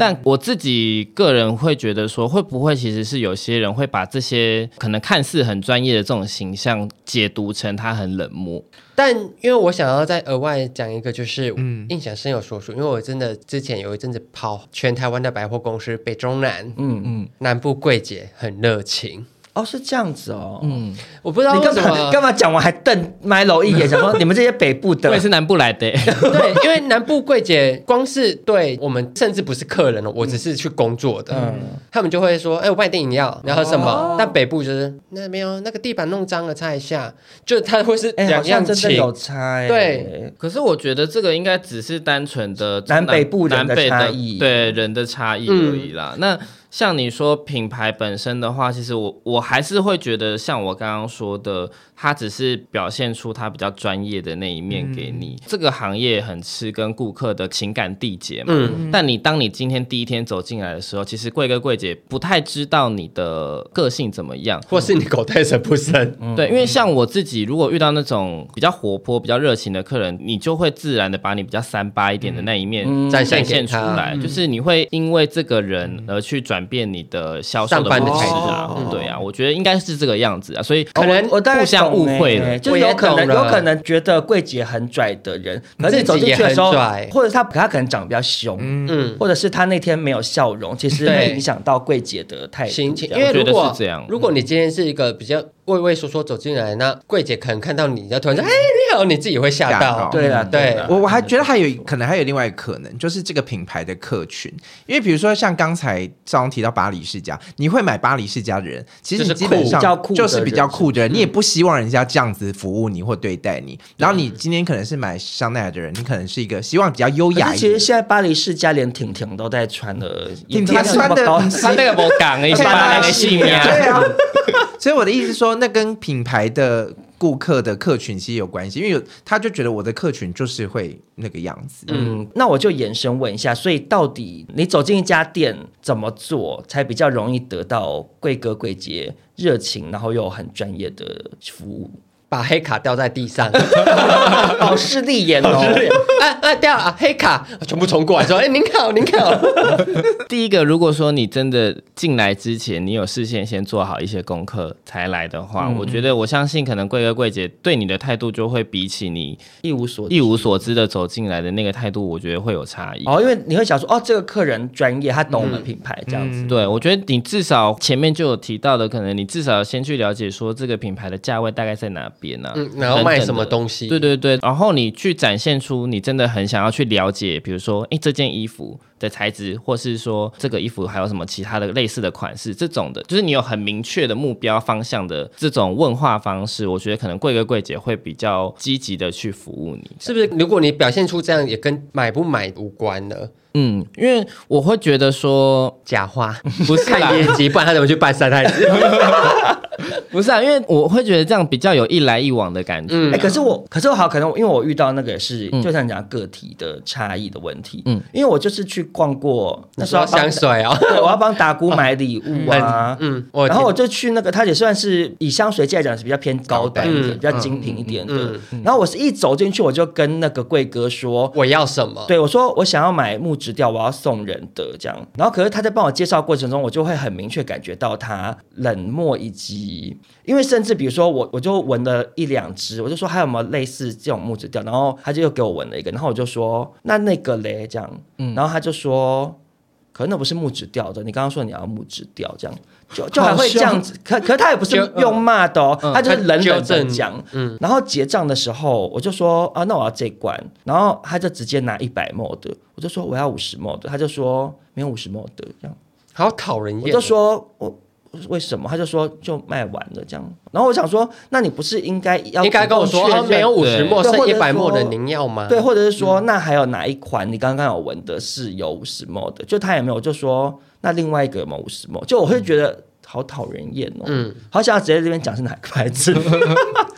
Speaker 4: 但我自己个人会觉得说，会不会其实是有些人会把这些可能看似很专业的这种形象解读成他很冷漠？
Speaker 5: 但因为我想要再额外讲一个，就是印象深有所属，因为我真的之前有一阵子跑全台湾的百货公司，北中南，嗯嗯，南部柜姐很热情，
Speaker 3: 哦，是这样子哦，嗯，
Speaker 5: 我不知道
Speaker 3: 你
Speaker 5: 为
Speaker 3: 干
Speaker 5: 什
Speaker 3: 嘛
Speaker 5: 么
Speaker 3: 干嘛讲完还瞪 Milo 一眼，想
Speaker 5: [laughs]
Speaker 3: 说你们这些北部
Speaker 4: 我也
Speaker 3: 的
Speaker 4: 是南部来的、欸
Speaker 5: 对，因为南部柜姐光是对我们，甚至不是客人了，哦我只
Speaker 3: 嗯
Speaker 5: 是去工作的，他们就会说：“哎、我帮你订饮
Speaker 3: 哦
Speaker 5: 料，你要喝什么？”但北部就是那没有那个地板弄脏了，擦一下，就是他会是
Speaker 3: 哎、好
Speaker 5: 两样
Speaker 3: 像真的
Speaker 5: 情。
Speaker 3: 有差、哎
Speaker 5: 对，
Speaker 4: 可是我觉得这个应该只是单纯的
Speaker 3: 南北部人的
Speaker 4: 南北
Speaker 3: 差异
Speaker 4: 对人的差异而已啦。那像你说品牌本身的话，其实我我还是会觉得，像我刚刚说的，它只是表现出它比较专业的那一面给
Speaker 3: 嗯
Speaker 4: 你。这个行业很吃跟顾客的情感缔结
Speaker 5: 嗯
Speaker 4: 嘛。
Speaker 3: 嗯
Speaker 4: 但你当你今天第一天走进来的时候，其实贵哥贵姐不太知道你的个性怎么样，
Speaker 5: 或是你口袋深不深？
Speaker 3: 嗯
Speaker 4: 对，因为像我自己，如果遇到那种比较活泼、比较热情的客人，你就会自然的把你比较三八一点的那一面
Speaker 5: 展现
Speaker 4: 展
Speaker 5: 给
Speaker 4: 现出
Speaker 5: 他
Speaker 4: 来，就是你会因为这个人而去转变你的销售
Speaker 5: 上班的
Speaker 4: 模式
Speaker 5: 态度
Speaker 4: 啊，对啊，我觉得应该是这个样子啊，所以
Speaker 3: 哦
Speaker 4: 可能
Speaker 3: 我我大概
Speaker 4: 互相
Speaker 3: 懂
Speaker 4: 误会
Speaker 3: 哎
Speaker 4: 了。
Speaker 3: 就
Speaker 5: 我
Speaker 3: 是
Speaker 5: 也
Speaker 3: 有可能
Speaker 5: 懂了
Speaker 3: 有可能觉得柜姐很拽的人，可是你
Speaker 5: 自
Speaker 3: 走
Speaker 5: 己
Speaker 3: 进
Speaker 5: 也
Speaker 3: 去的时候
Speaker 5: 很拽，
Speaker 3: 或者他他可能长得比较凶，
Speaker 5: 嗯，
Speaker 3: 或者是他那天没有笑容，其实
Speaker 5: 对
Speaker 3: 会影响到柜姐的态度。
Speaker 5: 心情，
Speaker 3: 这
Speaker 5: 因
Speaker 3: 样
Speaker 5: 为
Speaker 4: 我觉
Speaker 5: 如
Speaker 4: 得
Speaker 5: 果
Speaker 4: 是这样
Speaker 5: 如果你今天是一个比较畏畏缩缩走进来，那柜姐可能看到你，就突然说：“哎，你好！”你自己会吓
Speaker 6: 吓到
Speaker 5: 到。
Speaker 3: 对啦，
Speaker 5: 嗯对
Speaker 3: 啦
Speaker 6: 我我还觉得还有一可能还有另外一个可能，就是这个品牌的客群，因为比如说像刚才赵龙提到巴黎世家，你会买巴黎世家的人，其
Speaker 5: 就
Speaker 6: 实你
Speaker 5: 是
Speaker 6: 基本
Speaker 5: 酷
Speaker 6: 上
Speaker 3: 比较酷的
Speaker 6: 就是比较
Speaker 3: 人
Speaker 6: 酷的人，你也不希望人家这样子服务你或对待你。然后你今天可能是买香奈儿的人，你可能是一个希望比较优
Speaker 3: 可
Speaker 6: 雅
Speaker 3: 是
Speaker 6: 一
Speaker 3: 其实
Speaker 6: 点。
Speaker 3: 现在巴黎世家连婷婷都在穿了，也
Speaker 6: 婷
Speaker 3: 不知道
Speaker 6: 婷
Speaker 3: 是
Speaker 6: 穿
Speaker 3: 什么
Speaker 6: 的
Speaker 3: 高
Speaker 6: 很
Speaker 4: 他那个我讲
Speaker 6: [laughs]
Speaker 4: 一
Speaker 6: 而且
Speaker 4: 把那个性
Speaker 3: [laughs]
Speaker 4: 命
Speaker 6: 对啊， [laughs] 所以我的意思是说，那跟品牌的顾客的客群其实有关系，因为有他就觉得我的客群就是会那个样子，
Speaker 3: 嗯，那我就延伸问一下，所以到底你走进一家店怎么做才比较容易得到贵哥贵姐热情，然后又很专业的服务？
Speaker 5: 把黑卡掉在地上， [laughs]
Speaker 3: 好势利眼哦！
Speaker 5: 啊啊掉了啊黑卡，全部冲过来说：“哎，您好，您好。 [laughs]
Speaker 4: 第一个，如果说你真的进来之前，你有事先先做好一些功课才来的话，我觉得我相信可能贵哥贵姐对你的态度就会比起你
Speaker 3: 一无所
Speaker 4: 一无所知的走进来的那个态度，我觉得会有差异。
Speaker 3: 哦，因为你会想说，哦，这个客人专业，他懂我们品牌这样子。
Speaker 4: 对，我觉得你至少前面就有提到的，可能你至少先去了解说这个品牌的价位大概在哪边啊，
Speaker 5: 嗯然后卖什么
Speaker 4: 等等的
Speaker 5: 东西
Speaker 4: 对对对，然后你去展现出你真的很想要去了解，比如说，哎，这件衣服的材质，或是说这个衣服还有什么其他的类似的款式，这种的，就是你有很明确的目标方向的这种问话方式，我觉得可能贵哥贵姐会比较积极的去服务你”。
Speaker 5: 是不是？如果你表现出这样，也跟买不买无关了。
Speaker 4: 嗯，因为我会觉得说，
Speaker 5: 假花
Speaker 4: 不是啦
Speaker 5: 看业绩，不然他怎么去办三太子？
Speaker 4: 不是啊，因为我会觉得这样比较有一来一往的感觉。
Speaker 3: 哎、可是我，可是我好，可能因为我遇到那个也是，就像你讲个体的差异的问题。嗯，因为我就是去逛过，那时候要帮
Speaker 5: 香水哦。
Speaker 3: [laughs] 对，我要帮达姑买礼物啊，嗯，
Speaker 5: 我
Speaker 3: 然后我就去那个，它也算是以香水界来讲是比较偏高端一嗯点、
Speaker 5: 嗯
Speaker 3: 比较精品一点的。然后我是一走进去，我就跟那个贵哥说。
Speaker 5: 我要什么？
Speaker 3: 对，我说我想要买木质调，我要送人的这样。然后，可是他在帮我介绍过程中，我就会很明确感觉到他冷漠，以及因为甚至比如说我我就闻了一两支，我就说还有没有类似这种木质调，然后他就又给我闻了一个，然后我就说那那个嘞这样，嗯然后他就说可是那不是木质调的，你刚刚说你要木质调，这样就就还会这样子。可可他也不是用骂的哦，
Speaker 5: 呃
Speaker 3: 他就是冷冷的讲。嗯，然后结账的时候，我就说啊，那我要这一罐，然后他就直接拿一百 ml 的，我就说我要五十 ml 的，他就说没有五十 ml 的这样。
Speaker 5: 好讨人厌。
Speaker 3: 我就说我。为什么？他就说就卖完了这样，然后我想说，那你不是应该要
Speaker 5: 应该跟我
Speaker 3: 主动
Speaker 5: 说
Speaker 3: 确
Speaker 5: 哦，
Speaker 3: 认
Speaker 5: 没有五十
Speaker 4: 对
Speaker 5: 墨，
Speaker 3: 对
Speaker 5: 剩
Speaker 3: 或者
Speaker 5: 一百墨的，
Speaker 3: 说
Speaker 5: 您要吗？
Speaker 3: 对，或者是说，那还有哪一款你刚刚有闻的是有五十 ml 的？就他也没有，我就说那另外一个有五十 ml，就我会觉得好讨人厌哦，嗯，好想要直接这边讲是哪个牌子，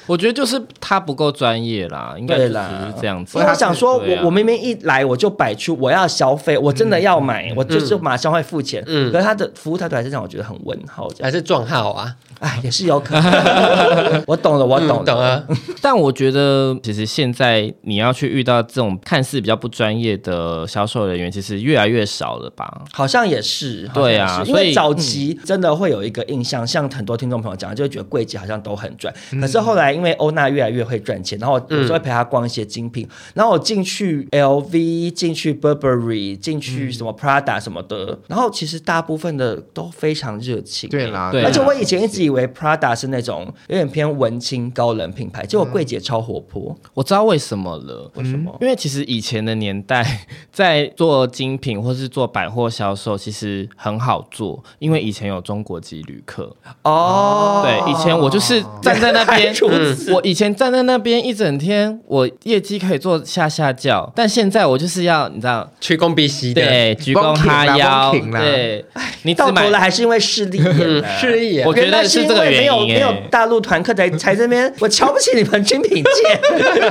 Speaker 4: 我觉得就是他不够专业啦，应该就
Speaker 3: 对
Speaker 4: 只
Speaker 3: 啦
Speaker 4: 是这样子。
Speaker 3: 因为我想说，
Speaker 4: 对啊
Speaker 3: 我我明明一来我就摆出我要消费，我真的要买，我就是马上会付钱，嗯，可是他的服务态度还是让我觉得很问号，这样，
Speaker 5: 还是撞号啊？
Speaker 3: 哎，也是有可能，我懂了，我懂
Speaker 5: 嗯懂
Speaker 3: 了，
Speaker 5: 啊。
Speaker 4: 但我觉得其实现在你要去遇到这种看似比较不专业的销售人员，其实越来越少了吧？
Speaker 3: 好像也是，好像
Speaker 4: 对啊
Speaker 3: 也是因
Speaker 4: 所以嗯
Speaker 3: 为早期真的会有一个印象，像很多听众朋友讲，就会觉得柜姐好像都很赚。
Speaker 4: 嗯
Speaker 3: 可是后来因为欧娜越来越会赚钱，然后我有时候会陪她逛一些精品，然后我进去 LV、进去 Burberry、进
Speaker 4: 嗯
Speaker 3: 去什么 Prada 什么的，然后其实大部分的都非常热情、欸
Speaker 6: 对啦，
Speaker 4: 对啊
Speaker 3: 而且我以前一直以为 Prada 是那种有点偏文青高冷品牌，结
Speaker 4: 嗯
Speaker 3: 果柜姐超活泼，
Speaker 4: 我知道为什么了。
Speaker 3: 为什么？
Speaker 4: 因为其实以前的年代，在做精品或是做百货销售，其实很好做，因为以前有中国籍旅客。
Speaker 3: 哦，
Speaker 4: 对，以前我就是站在那
Speaker 3: [laughs]
Speaker 4: 边，嗯我以前站在那边一整天，我业绩可以做下下叫，但现在我就是要你知道，
Speaker 5: 曲躬必膝的，
Speaker 4: 对，鞠躬哈腰，
Speaker 6: 绷紧啦绷紧啦
Speaker 4: 对，你只
Speaker 3: 哎到头
Speaker 4: 买
Speaker 3: 来还是因为势
Speaker 4: [laughs]
Speaker 3: 利眼啊，
Speaker 5: 示意
Speaker 4: 我觉得
Speaker 3: 原来是
Speaker 4: 是
Speaker 3: 因
Speaker 4: 这个
Speaker 3: 为没有
Speaker 4: 原因
Speaker 3: 没有
Speaker 4: 欸
Speaker 3: 大陆团
Speaker 4: [laughs]
Speaker 3: 客才才这边，我瞧不起你们精品界。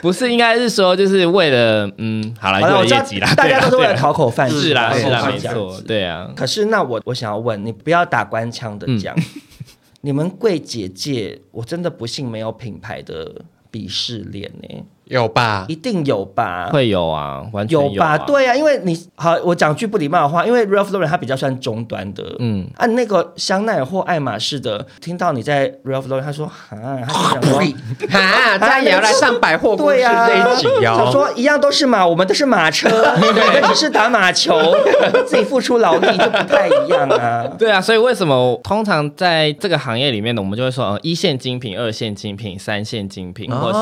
Speaker 4: 不是，应该是说就是为了嗯，好了，
Speaker 3: 好了，我
Speaker 4: 为
Speaker 3: 知
Speaker 4: 了
Speaker 3: 道
Speaker 4: 业绩啦，
Speaker 3: 大家都是为了
Speaker 4: 考，
Speaker 3: 讨口饭啊吃，
Speaker 4: 啊是啦
Speaker 3: 讨口
Speaker 4: 是啦，
Speaker 3: 饭
Speaker 4: 没
Speaker 3: 这样
Speaker 4: 错，
Speaker 3: 子。
Speaker 4: 对啊，
Speaker 3: 可是那我我想要问你，不要打官腔的 [laughs]
Speaker 4: 嗯
Speaker 3: 讲，你们柜姐界，我真的不信没有品牌的鄙视链呢。
Speaker 5: 有吧
Speaker 3: 一？定有吧？
Speaker 4: 会有啊，完全
Speaker 3: 有吧？，
Speaker 4: 啊
Speaker 3: 对啊，因为你好，我讲句不礼貌的话，因为 Ralph Lauren 它比较算终端的，嗯
Speaker 4: 嗯，
Speaker 3: 按、那个香奈儿或爱马仕的，听到你在 Ralph Lauren，他说啊，他就想
Speaker 4: 哦
Speaker 3: 说。 [laughs]
Speaker 5: 哈，他也要来上百货公
Speaker 3: 对
Speaker 5: 司
Speaker 3: 呀、
Speaker 5: 这一集
Speaker 3: 想
Speaker 5: 哦。
Speaker 3: 说一样都是
Speaker 4: [laughs]
Speaker 3: 马，我们都是马车，我们只是打马球，自己付出劳力就不太一样啊。
Speaker 4: 对啊，所以为什么通常在这个行业里面呢，我们就会说，呃，一线精品、二线精品、三线精品，
Speaker 6: 哦
Speaker 4: 或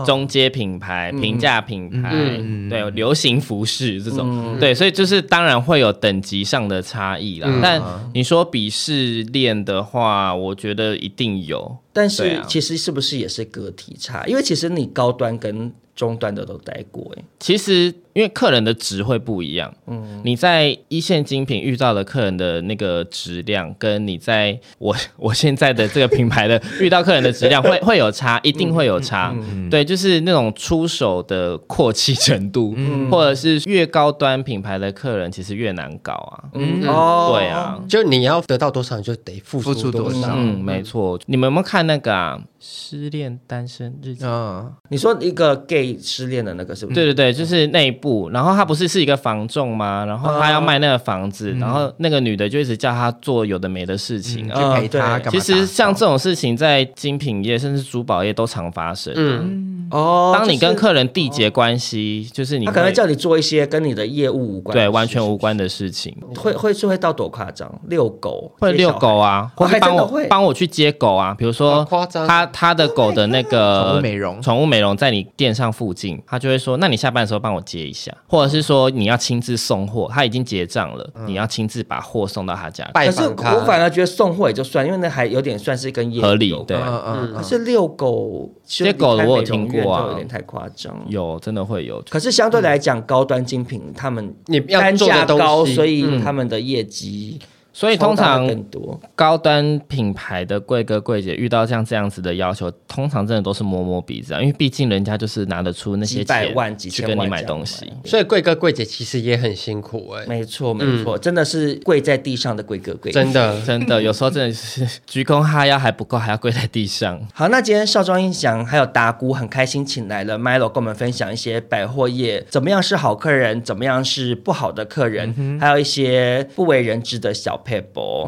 Speaker 4: 是中阶品牌、平价品牌，
Speaker 6: 嗯
Speaker 4: 对，流行服饰这种，对，所以就是当然会有等级上的差异啦。但
Speaker 6: 嗯
Speaker 4: 你说鄙视链的话，我觉得一定有。
Speaker 3: 但
Speaker 4: 对
Speaker 3: 是
Speaker 4: 啊
Speaker 3: 其实是不是也是个体差？因为其实你高端跟中端的都待过、欸，
Speaker 4: 其实，因为客人的值会不一样，嗯，你在一线精品遇到的客人的那个质量，跟你在我 [laughs] 我现在的这个品牌的遇到客人的质量 [laughs] 会会有差，一定会有差，对，就是那种出手的阔气程度，或者是越高端品牌的客人其实越难搞啊，
Speaker 3: 嗯，哦
Speaker 4: 对，啊，
Speaker 5: 就你要得到多少，你就得付
Speaker 6: 付
Speaker 5: 出
Speaker 6: 出
Speaker 5: 多
Speaker 6: 多
Speaker 5: 少
Speaker 6: 少。
Speaker 4: 嗯，没错，你们有没有看那个啊？失恋单身日记
Speaker 6: 嗯，
Speaker 3: 你说一个 gay 失恋的那个是不是？
Speaker 4: 对对对，就是那一部，然后他不是是一个房仲吗？然后他要卖那个房子，然后那个女的就一直叫他做有的没的事情。哦
Speaker 3: 嗯
Speaker 6: 去陪他
Speaker 3: 对
Speaker 6: 干嘛？
Speaker 4: 其实像这种事情，在精品业甚至珠宝业都常发生。
Speaker 5: 嗯，
Speaker 3: 哦，
Speaker 4: 当你跟
Speaker 3: 就是哦
Speaker 4: 客人缔结关系，就是你
Speaker 3: 他可能
Speaker 4: 会
Speaker 3: 会叫你做一些跟你的业务无关的事，
Speaker 4: 对完全无关的事情，
Speaker 3: 会会是会到多夸张，遛狗
Speaker 4: 会遛狗，啊，或
Speaker 3: 哦还
Speaker 4: 是帮
Speaker 3: 真的
Speaker 4: 我
Speaker 3: 会
Speaker 4: 帮我去接狗啊，比如
Speaker 5: 好
Speaker 4: 说
Speaker 5: 夸张
Speaker 4: 他他的狗的那
Speaker 6: 宠
Speaker 4: 个
Speaker 6: 物美容
Speaker 4: 宠物美容在你店上附近，他就会说，那你下班的时候帮我接一下，或者是说你要亲自送货，他已经结账了，你要亲自把货送到他家，
Speaker 5: 拜
Speaker 3: 可是
Speaker 5: 访他。
Speaker 3: 我反而觉得送货也就算，因为那还有点算是跟业务
Speaker 4: 合理
Speaker 3: 有关
Speaker 4: 对。
Speaker 6: 嗯
Speaker 3: 可是遛狗就
Speaker 4: 接啊狗的
Speaker 3: 离开
Speaker 4: 我有
Speaker 3: 美容
Speaker 4: 听过
Speaker 3: 院
Speaker 4: 啊
Speaker 3: 就有点太夸张。
Speaker 4: 有真的会有，
Speaker 3: 可是相对来讲，高端精品他们
Speaker 5: 你要
Speaker 3: 单
Speaker 5: 做的
Speaker 3: 价
Speaker 5: 东西
Speaker 3: 高，所以
Speaker 5: 嗯
Speaker 3: 他们的业绩
Speaker 4: 所以通
Speaker 3: 收到
Speaker 4: 常
Speaker 3: 的更多。
Speaker 4: 高端品牌的贵哥贵姐遇到像这样子的要求，通常真的都是摸摸鼻子啊，因为毕竟人家就是拿得出那
Speaker 3: 几
Speaker 4: 些
Speaker 3: 百
Speaker 4: 钱
Speaker 3: 万、几
Speaker 4: 去
Speaker 3: 千
Speaker 4: 跟
Speaker 3: 万
Speaker 4: 你
Speaker 3: 这
Speaker 4: 买嗯
Speaker 3: 样
Speaker 4: 东西。
Speaker 5: 所以贵哥贵姐其实也很辛苦哎、
Speaker 3: 没错，没错，真的是跪在地上的贵哥贵。
Speaker 5: 真的。
Speaker 4: [laughs] 真的，有时候真的是鞠躬哈腰还不够，还要跪在地上。
Speaker 3: 好，那今天少庄印象还有达姑很开心，请来了 Milo 跟我们分享一些百货业怎么样是好客人，怎么样是不好的客人，
Speaker 4: 嗯
Speaker 3: 还有一些不为人知的小 p e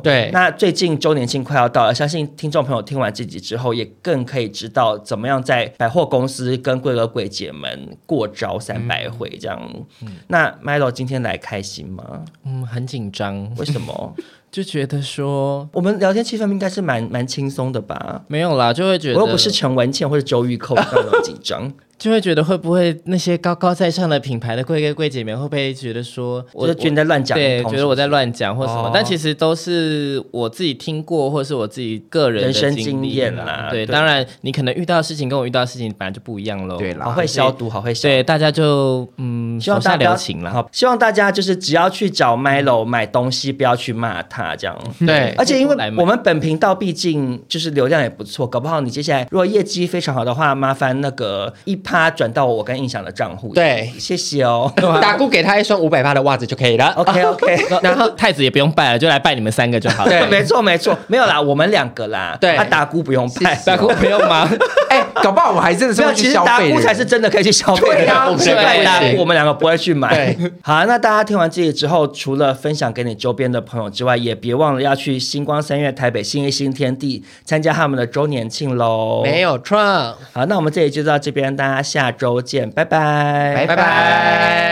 Speaker 5: 对
Speaker 3: 那最近周年庆快要到了，相信听众朋友听完这集之后，也更可以知道怎么样在百货公司跟贵哥贵姐们过招
Speaker 4: 嗯
Speaker 3: 三百回这样。那 Milo 今天来开心吗？
Speaker 4: 嗯，很紧张，
Speaker 3: 为什么？
Speaker 4: 就觉得说
Speaker 3: 我们聊天气氛应该是蛮蛮轻松的吧？
Speaker 4: 没有啦，就会 [laughs] 觉
Speaker 3: 我
Speaker 4: 得
Speaker 3: 又不是陈文茜或者周玉蔻那种紧张。
Speaker 4: 就会觉得会不会那些高高在上的品牌的贵哥贵姐们会不会觉得说
Speaker 3: 我
Speaker 4: 我
Speaker 3: 就觉得你在乱讲
Speaker 4: 对，
Speaker 3: 一通，
Speaker 4: 觉得我在乱讲或什么，
Speaker 3: 哦
Speaker 4: 但其实都是我自己听过，或是我自己个人的
Speaker 3: 人生
Speaker 4: 经
Speaker 3: 经
Speaker 4: 历
Speaker 3: 验啦
Speaker 4: 啦。对，
Speaker 3: 对
Speaker 4: 当然你可能遇到的事情跟我遇到的事情本来就不一样喽。
Speaker 6: 对啦
Speaker 3: 好会消毒，好会消毒。
Speaker 4: 对，大家就嗯，
Speaker 3: 希望
Speaker 4: 手下
Speaker 3: 大家
Speaker 4: 留情啦。
Speaker 3: 好， [laughs] 希望大家就是只要去找 Milo 买东西，不要去骂他 [laughs] 这样。
Speaker 4: 嗯
Speaker 5: 对
Speaker 3: 而且因为
Speaker 4: 来买
Speaker 3: 我们本频道毕竟就是流量也不错，搞不好你接下来如果业绩非常好的话，麻烦那个一趴转到我跟印象的账户。
Speaker 5: 对
Speaker 3: 谢谢 [laughs] 哦。
Speaker 5: 打鼓给他一双五百八的袜子就可以了。
Speaker 3: OK OK。
Speaker 4: 然后太子也不用拜了，就来拜你们三个就好
Speaker 3: [laughs]
Speaker 4: 了。
Speaker 3: 对，没错没错，没有啦，我们两个啦，
Speaker 5: 对
Speaker 3: 啊，达姑不用拍，
Speaker 4: 拜哭不用吗？
Speaker 6: 哎，搞不好我还真的是
Speaker 3: 没有，
Speaker 6: 会
Speaker 3: 其
Speaker 6: 去
Speaker 3: 实
Speaker 6: 消
Speaker 3: 达
Speaker 6: 费的
Speaker 3: 姑
Speaker 6: 人
Speaker 3: 才是真的可以去消费的。
Speaker 6: 对啊我们
Speaker 3: 对
Speaker 5: 两个不
Speaker 3: 达
Speaker 5: 行
Speaker 3: 姑我们两个不会去买
Speaker 5: 对。
Speaker 3: [laughs] 好啊，那大家听完这里之后，除了分享给你周边的朋友之外，也别忘了要去星光三月台北新一新天地参加他们的周年庆喽。
Speaker 5: 没。有 Trump，
Speaker 3: 好，那我们这里就到这边，大家下周见，拜拜，
Speaker 5: 拜拜。